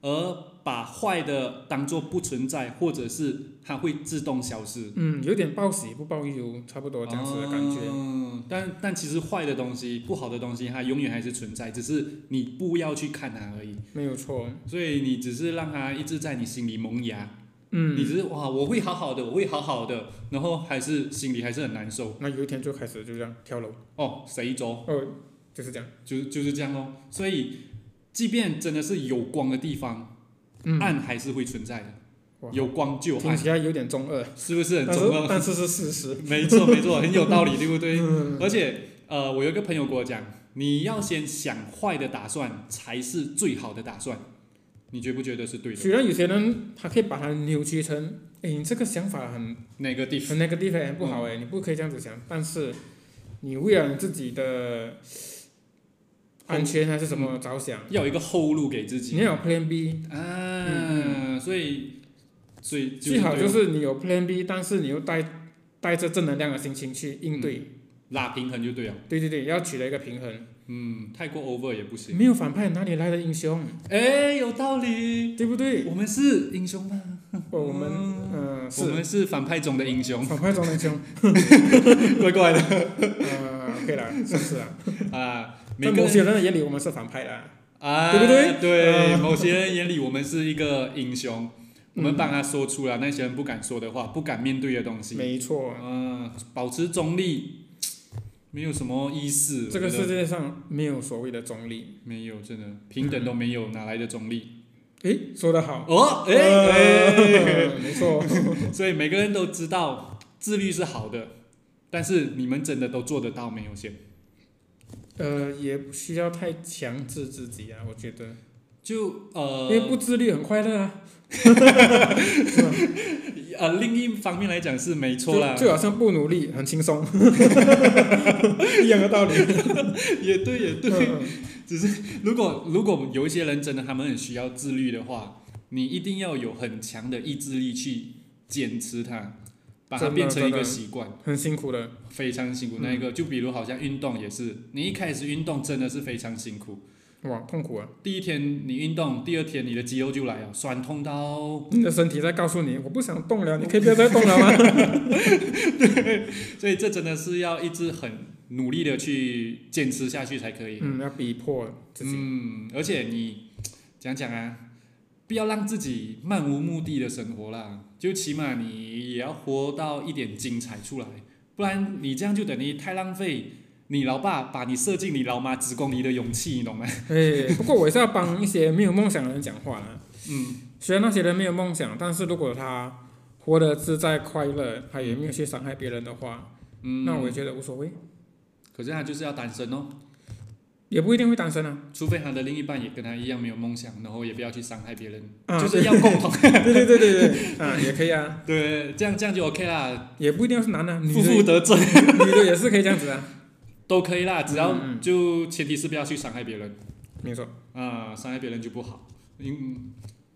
[SPEAKER 2] 而把坏的当做不存在，或者是它会自动消失？
[SPEAKER 1] 嗯，有点报喜不报忧，差不多这样子的感觉。
[SPEAKER 2] 嗯，但但其实坏的东西、不好的东西，它永远还是存在，只是你不要去看它而已。
[SPEAKER 1] 没有错。
[SPEAKER 2] 所以你只是让它一直在你心里萌芽，你
[SPEAKER 1] 嗯，
[SPEAKER 2] 只是哇，我会好好的，我会好好的，然后还是心里还是很难受。
[SPEAKER 1] 那有一天就开始就这样跳楼，
[SPEAKER 2] 哦，谁走？
[SPEAKER 1] 哦，就是这样。
[SPEAKER 2] 就就是这样咯。所以，即便真的是有光的地方，
[SPEAKER 1] 嗯，
[SPEAKER 2] 暗还是会存在的。
[SPEAKER 1] 哇
[SPEAKER 2] 有光就有
[SPEAKER 1] 听
[SPEAKER 2] 暗，
[SPEAKER 1] 起来有点中二，
[SPEAKER 2] 是不是很
[SPEAKER 1] 但
[SPEAKER 2] 重
[SPEAKER 1] 是
[SPEAKER 2] 要？
[SPEAKER 1] 但是是事实。
[SPEAKER 2] 没错，没错，很有道理，对不对？
[SPEAKER 1] 嗯
[SPEAKER 2] 而且，呃，我有一个朋友跟我讲，你要先想坏的打算才是最好的打算。你觉不觉得是对的
[SPEAKER 1] 虽然有些人他可以把它扭曲成，哎，你这个想法很
[SPEAKER 2] 哪个地方？
[SPEAKER 1] 很那个地方很不好哎、你不可以这样子想。但是你为了你自己的安全还是什么着想，
[SPEAKER 2] 要有一个后路给自己
[SPEAKER 1] 你要有 Plan B，
[SPEAKER 2] 啊。所以，所以
[SPEAKER 1] 最好
[SPEAKER 2] 对
[SPEAKER 1] 就
[SPEAKER 2] 咯
[SPEAKER 1] 是你有 Plan B，但是你又带带着正能量的心情去应对。
[SPEAKER 2] 拉平衡就对了。
[SPEAKER 1] 对对对，要取得一个平衡。
[SPEAKER 2] 嗯，太过 over 也不行。
[SPEAKER 1] 没有反派哪里来的英雄，
[SPEAKER 2] 哎，有道理。
[SPEAKER 1] 对不对？
[SPEAKER 2] 我们是英雄吗？
[SPEAKER 1] 哦，我们嗯、呃
[SPEAKER 2] 我
[SPEAKER 1] 是
[SPEAKER 2] 们是反派中的 英雄，
[SPEAKER 1] 反派中的英雄，
[SPEAKER 2] 怪怪的
[SPEAKER 1] 呃，可以啦，算是啦。
[SPEAKER 2] 啊。每
[SPEAKER 1] 在
[SPEAKER 2] 个
[SPEAKER 1] 某些
[SPEAKER 2] 人
[SPEAKER 1] 人的眼里，我们是反派啦。
[SPEAKER 2] 啊，
[SPEAKER 1] 对不对
[SPEAKER 2] 对，
[SPEAKER 1] 啊
[SPEAKER 2] 某些人眼里我们是一个英雄，我
[SPEAKER 1] 嗯
[SPEAKER 2] 们帮他说出了那些人不敢说的话，不敢面对的东西。
[SPEAKER 1] 没错，啊
[SPEAKER 2] 嗯，保持中立，没有什么意思。
[SPEAKER 1] 这个
[SPEAKER 2] 我觉得
[SPEAKER 1] 世界上没有所谓的中立。
[SPEAKER 2] 没有，真的平等都没有，哪来的中立？
[SPEAKER 1] 诶，说得好，
[SPEAKER 2] 哦，哎、哎
[SPEAKER 1] 呃没错，
[SPEAKER 2] 所以每个人都知道自律是好的，但是你们真的都做得到没有？先
[SPEAKER 1] 呃，也不需要太强制自己啊，我觉得，
[SPEAKER 2] 就呃
[SPEAKER 1] 因，为不自律很快乐啊，
[SPEAKER 2] 呃，另一方面来讲是没错啦
[SPEAKER 1] 就，就好像不努力很 轻松，一样的道理。
[SPEAKER 2] 也对也对。
[SPEAKER 1] 嗯
[SPEAKER 2] 如果如果有一些人真的他们很需要自律的话，你一定要有很强的意志力去坚持它，把它
[SPEAKER 1] 真的
[SPEAKER 2] 变成
[SPEAKER 1] 真
[SPEAKER 2] 一个
[SPEAKER 1] 的
[SPEAKER 2] 习惯。
[SPEAKER 1] 很辛苦的，嗯
[SPEAKER 2] 非常辛苦。那一个，就比如好像运动也是，你一开始运动真的是非常辛苦。
[SPEAKER 1] 哇，痛苦啊！
[SPEAKER 2] 第一天你运动，第二天你的肌肉就来了，酸痛到，
[SPEAKER 1] 你的身体在告诉你，我不想动了，你可以不要再动了吗？
[SPEAKER 2] 所以这真的是要一直很努力的去坚持下去才可以。
[SPEAKER 1] 嗯，要逼迫自己。
[SPEAKER 2] 嗯，而且你讲讲啊，不要让自己漫无目的的生活啦，就起码你也要活到一点精彩出来，不然你这样就等于太浪费。你老爸把你射进你老妈子宫里的勇气，你懂吗？
[SPEAKER 1] 哎，不过我也是要帮一些没有梦想的人讲话啦。
[SPEAKER 2] 嗯，
[SPEAKER 1] 虽然那些人没有梦想，但是如果他活得自在快乐，他也没有去伤害别人的话，
[SPEAKER 2] 嗯
[SPEAKER 1] 那我也觉得无所谓，
[SPEAKER 2] 可是他就是要单身哦，
[SPEAKER 1] 也不一定会单身啊。
[SPEAKER 2] 除非他的另一半也跟他一样没有梦想，然后也不要去伤害别人，
[SPEAKER 1] 啊
[SPEAKER 2] 就是 要共同
[SPEAKER 1] 对对对对对， 啊，也可以啊，
[SPEAKER 2] 对，这样这样就 OK 啦，
[SPEAKER 1] 也不一定要是男 的，女
[SPEAKER 2] 负负
[SPEAKER 1] 的
[SPEAKER 2] 得正
[SPEAKER 1] 女的也是可以这样子啊，
[SPEAKER 2] 都可以啦，只要
[SPEAKER 1] 嗯嗯
[SPEAKER 2] 就前提是不要去伤害别人
[SPEAKER 1] 没错，
[SPEAKER 2] 啊，伤害别人就不好。嗯，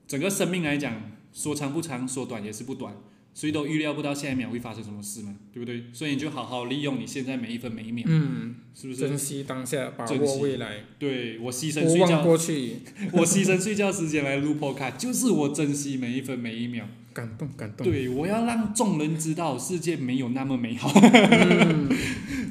[SPEAKER 2] 整个生命来讲，说长不长，说短也是不短，谁都预料不到下一秒会发生什么事嘛，对不对？所以你就好好利用你现在每一分每一秒，
[SPEAKER 1] 嗯，
[SPEAKER 2] 是不是？
[SPEAKER 1] 珍惜当下，把
[SPEAKER 2] 珍惜
[SPEAKER 1] 握未来，
[SPEAKER 2] 对我牺牲
[SPEAKER 1] 不
[SPEAKER 2] 睡
[SPEAKER 1] 忘
[SPEAKER 2] 觉，
[SPEAKER 1] 过去，
[SPEAKER 2] 我牺牲睡觉时间来录 podcast，就是我珍惜每一分每一秒。
[SPEAKER 1] 感动感动，
[SPEAKER 2] 对，我要让众人知道世界没有那么 美好。
[SPEAKER 1] 嗯，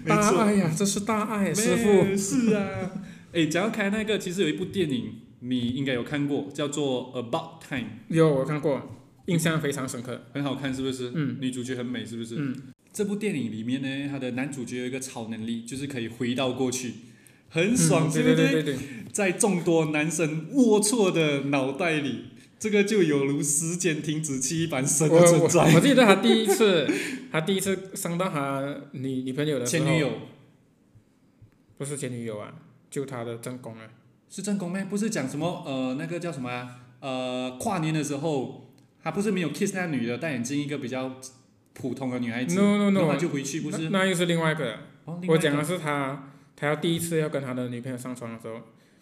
[SPEAKER 2] 没
[SPEAKER 1] 大
[SPEAKER 2] 错
[SPEAKER 1] 爱呀，这是大爱，哎师傅，
[SPEAKER 2] 没是啊，哎，讲到开那个，其实有一部电影你应该有看过，叫做《About Time
[SPEAKER 1] 有我看过，印象非常深刻，》，
[SPEAKER 2] 很好看，是不是？
[SPEAKER 1] 嗯，
[SPEAKER 2] 女主角很美，是不是？
[SPEAKER 1] 嗯，
[SPEAKER 2] 这部电影里面呢，它的男主角有一个超能力，就是可以回到过去，很爽，
[SPEAKER 1] 嗯
[SPEAKER 2] 对
[SPEAKER 1] 对
[SPEAKER 2] 不
[SPEAKER 1] 对对对对，
[SPEAKER 2] 在众多男生龌龊的脑袋里，这个就有如时间停止器一般神
[SPEAKER 1] 我
[SPEAKER 2] 的存
[SPEAKER 1] 我
[SPEAKER 2] 在。
[SPEAKER 1] 我记得他第一次，他第一次伤到他女女朋友的时
[SPEAKER 2] 前
[SPEAKER 1] 候，
[SPEAKER 2] 女友
[SPEAKER 1] 不是前女友啊，就他的正宫啊，
[SPEAKER 2] 是正宫咩？不是讲什么呃那个叫什么、啊、呃跨年的时候，他不是没有 kiss 那女的戴眼镜一个比较普通的女孩子
[SPEAKER 1] No, no, no
[SPEAKER 2] 然后他就回去不
[SPEAKER 1] 那
[SPEAKER 2] 是？
[SPEAKER 1] 那又是另外一个，
[SPEAKER 2] 哦，另外
[SPEAKER 1] 我
[SPEAKER 2] 一个
[SPEAKER 1] 讲的啊是他，他要第一次要跟他的女朋友上床的时候，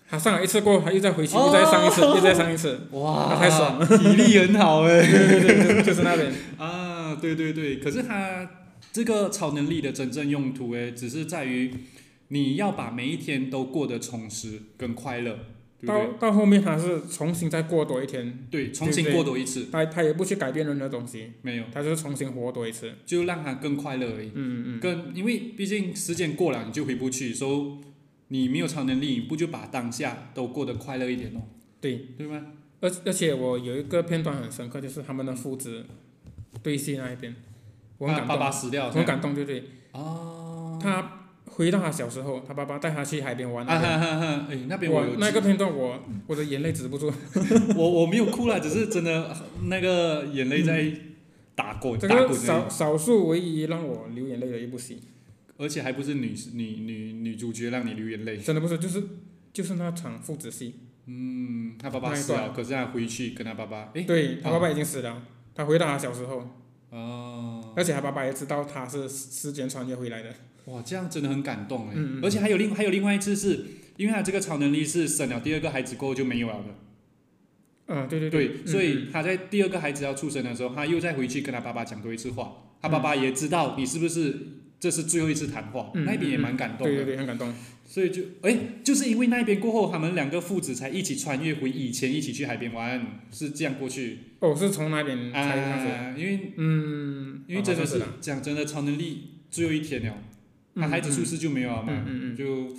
[SPEAKER 1] 他上了一次过后，他又再回去，
[SPEAKER 2] 哦
[SPEAKER 1] 又再上一次，又再上一 次，
[SPEAKER 2] 哇，
[SPEAKER 1] 他太爽
[SPEAKER 2] 了，体力很好哎、
[SPEAKER 1] 对对对对，就就是那边，
[SPEAKER 2] 啊，对对对，可是他这个超能力的真正用途哎，只是在于你要把每一天都过得充实跟快乐，对不
[SPEAKER 1] 到
[SPEAKER 2] 对？
[SPEAKER 1] 到后面他是重新再过多一天，
[SPEAKER 2] 对，重新
[SPEAKER 1] 对对
[SPEAKER 2] 过多一次，
[SPEAKER 1] 他他也不去改变任何东西，
[SPEAKER 2] 没有，
[SPEAKER 1] 他就是重新活多一次，
[SPEAKER 2] 就让他更快乐而已。
[SPEAKER 1] 嗯嗯嗯，
[SPEAKER 2] 跟因为毕竟时间过了，你就回不去，所以你没有超能力，你不就把当下都过得快乐一点哦，
[SPEAKER 1] 对。
[SPEAKER 2] 对吗？
[SPEAKER 1] 而而且我有一个片段很深刻，就是他们的父子对戏那一边，我很
[SPEAKER 2] 他
[SPEAKER 1] 感
[SPEAKER 2] 爸
[SPEAKER 1] 动，
[SPEAKER 2] 爸死掉
[SPEAKER 1] 我
[SPEAKER 2] 了，
[SPEAKER 1] 很感动，对不对？
[SPEAKER 2] 哦，
[SPEAKER 1] 他回到他小时候，他爸爸带他去海边玩那
[SPEAKER 2] 啊
[SPEAKER 1] 边，
[SPEAKER 2] 哈哈哈，哎，那边我
[SPEAKER 1] 我
[SPEAKER 2] 有
[SPEAKER 1] 那个片段我我的眼泪止不住，
[SPEAKER 2] 我我没有哭啦，只是真的那个眼泪在打滚、
[SPEAKER 1] 这
[SPEAKER 2] 打
[SPEAKER 1] 个
[SPEAKER 2] 滚而已
[SPEAKER 1] 少少数唯一让我流眼泪的一部戏，
[SPEAKER 2] 而且还不是女女女女主角让你流眼泪，
[SPEAKER 1] 真的不是就是就是那场父子戏，
[SPEAKER 2] 嗯，他爸爸死
[SPEAKER 1] 那一
[SPEAKER 2] 了，可是他回去跟他爸爸，哎，
[SPEAKER 1] 对他
[SPEAKER 2] 哦
[SPEAKER 1] 爸爸已经死了，他回到他小时候，
[SPEAKER 2] 哦，
[SPEAKER 1] 而且他爸爸也知道他是时间穿越回来的，
[SPEAKER 2] 哇，这样真的很感动哎、
[SPEAKER 1] 嗯嗯嗯
[SPEAKER 2] 而且还有另还有另外一次是，因为他这个超能力是生了第二个孩子过后就没有了的，
[SPEAKER 1] 嗯，对对
[SPEAKER 2] 对，
[SPEAKER 1] 对，
[SPEAKER 2] 所
[SPEAKER 1] 嗯
[SPEAKER 2] 以他在第二个孩子要出生的时候，他又再回去跟他爸爸讲多一次话，
[SPEAKER 1] 嗯
[SPEAKER 2] 他爸爸也知道你是不是这是最后一次谈话，
[SPEAKER 1] 嗯
[SPEAKER 2] 那一边也蛮感
[SPEAKER 1] 嗯
[SPEAKER 2] 动
[SPEAKER 1] 对
[SPEAKER 2] 的，
[SPEAKER 1] 对对，很感动，
[SPEAKER 2] 所以就哎，就是因为那一边过后，他们两个父子才一起穿越回以前，一起去海边玩，是这样过去
[SPEAKER 1] 哦，是从那边才开始。
[SPEAKER 2] 啊，因为
[SPEAKER 1] 嗯，
[SPEAKER 2] 因为真的是
[SPEAKER 1] 好
[SPEAKER 2] 讲真的，超能力最后一天了，
[SPEAKER 1] 嗯
[SPEAKER 2] 他孩子出世就没有了啊
[SPEAKER 1] 嗯
[SPEAKER 2] 嘛，
[SPEAKER 1] 嗯嗯，
[SPEAKER 2] 就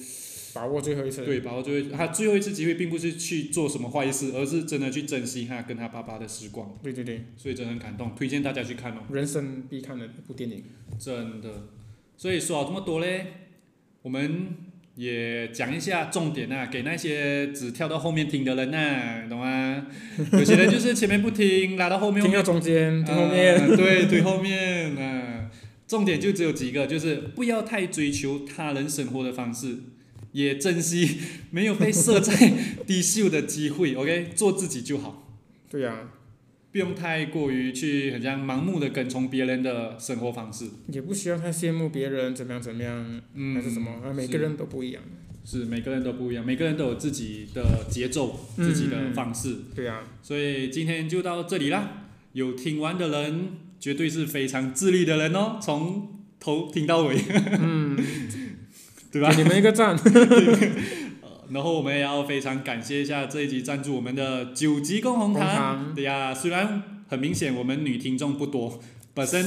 [SPEAKER 1] 把握最后一次。
[SPEAKER 2] 对，把握最后一他最后一次机会，并不是去做什么坏事，而是真的去珍惜他跟他爸爸的时光，
[SPEAKER 1] 对对对，
[SPEAKER 2] 所以真的很感动，推荐大家去看哦，
[SPEAKER 1] 人生必看的一部电影。
[SPEAKER 2] 真的。所以说了这么多嘞，我们也讲一下重点啊，给那些只跳到后面听的人呐、懂吗？有些人就是前面不听，拉到后面
[SPEAKER 1] 听到中间，听后面。
[SPEAKER 2] 啊对，推后面啊。重点就只有几个，就是不要太追求他人生活的方式，也珍惜没有被设在低秀的机会。OK，做 自己就好，
[SPEAKER 1] 对呀、
[SPEAKER 2] 不用太过于去很像盲目的跟从别人的生活方式。
[SPEAKER 1] 也不需要太羡慕别人怎么样怎么样，
[SPEAKER 2] 嗯，
[SPEAKER 1] 还是什么，啊，每个人都不一样。
[SPEAKER 2] 是是每个人都不一样，每个人都有自己的节奏、
[SPEAKER 1] 嗯
[SPEAKER 2] 自己的方式，
[SPEAKER 1] 对呀、
[SPEAKER 2] 所以今天就到这里啦。有听完的人，绝对是非常自律的人哦，从头听到尾，
[SPEAKER 1] 嗯，
[SPEAKER 2] 对吧
[SPEAKER 1] 给？你们一个 赞。
[SPEAKER 2] 呃然后我们也要非常感谢一下这一集赞助我们的九级共红
[SPEAKER 1] 红
[SPEAKER 2] 堂。
[SPEAKER 1] 糖
[SPEAKER 2] 对呀、虽然很明显我们女听众不多， 本身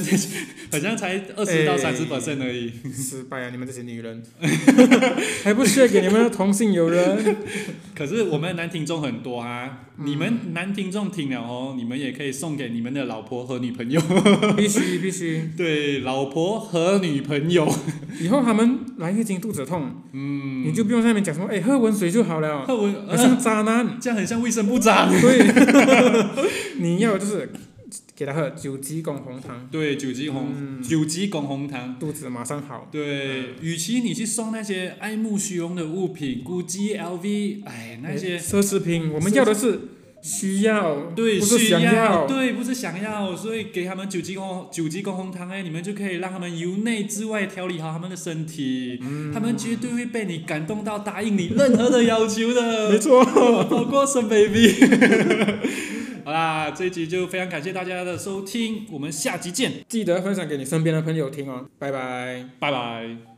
[SPEAKER 2] 好像才二十到三十本身而已。
[SPEAKER 1] 失败啊！你们这些女 人，还不屑给你们的同性友 人。
[SPEAKER 2] 可是我们男听众很多啊，你们男听众听了哦，你们也可以送给你们的老婆和女朋友。
[SPEAKER 1] 必须必须，
[SPEAKER 2] 对，老婆和女朋友，
[SPEAKER 1] 以后他们来月经肚子痛，
[SPEAKER 2] 嗯，
[SPEAKER 1] 你就不用在那边讲什么，哎，喝温水就好了，
[SPEAKER 2] 那我、
[SPEAKER 1] 好
[SPEAKER 2] 呃、
[SPEAKER 1] 像渣男。
[SPEAKER 2] 这样很像卫生部长。
[SPEAKER 1] 对， 你要就是给他喝九级汞红糖，
[SPEAKER 2] 对，九级红，
[SPEAKER 1] 嗯
[SPEAKER 2] 九级拱红糖。
[SPEAKER 1] 肚子马上好。
[SPEAKER 2] 对，与其你去送那些爱慕虚荣的物品，估计 LV，哎，那些
[SPEAKER 1] 奢侈品，我们要的是需要，
[SPEAKER 2] 对
[SPEAKER 1] 不是
[SPEAKER 2] 需
[SPEAKER 1] 想
[SPEAKER 2] 要，对，不是想要，所以给他们九级公九级公红汤哎，你们就可以让他们由内至外调理好他们的身体，他们绝对会被你感动到答应你任何的要求的，
[SPEAKER 1] 没错，
[SPEAKER 2] 包括生 baby。好啦，这一集就非常感谢大家的收听，我们下集见，
[SPEAKER 1] 记得分享给你身边的朋友听哦，拜拜。
[SPEAKER 2] 拜拜。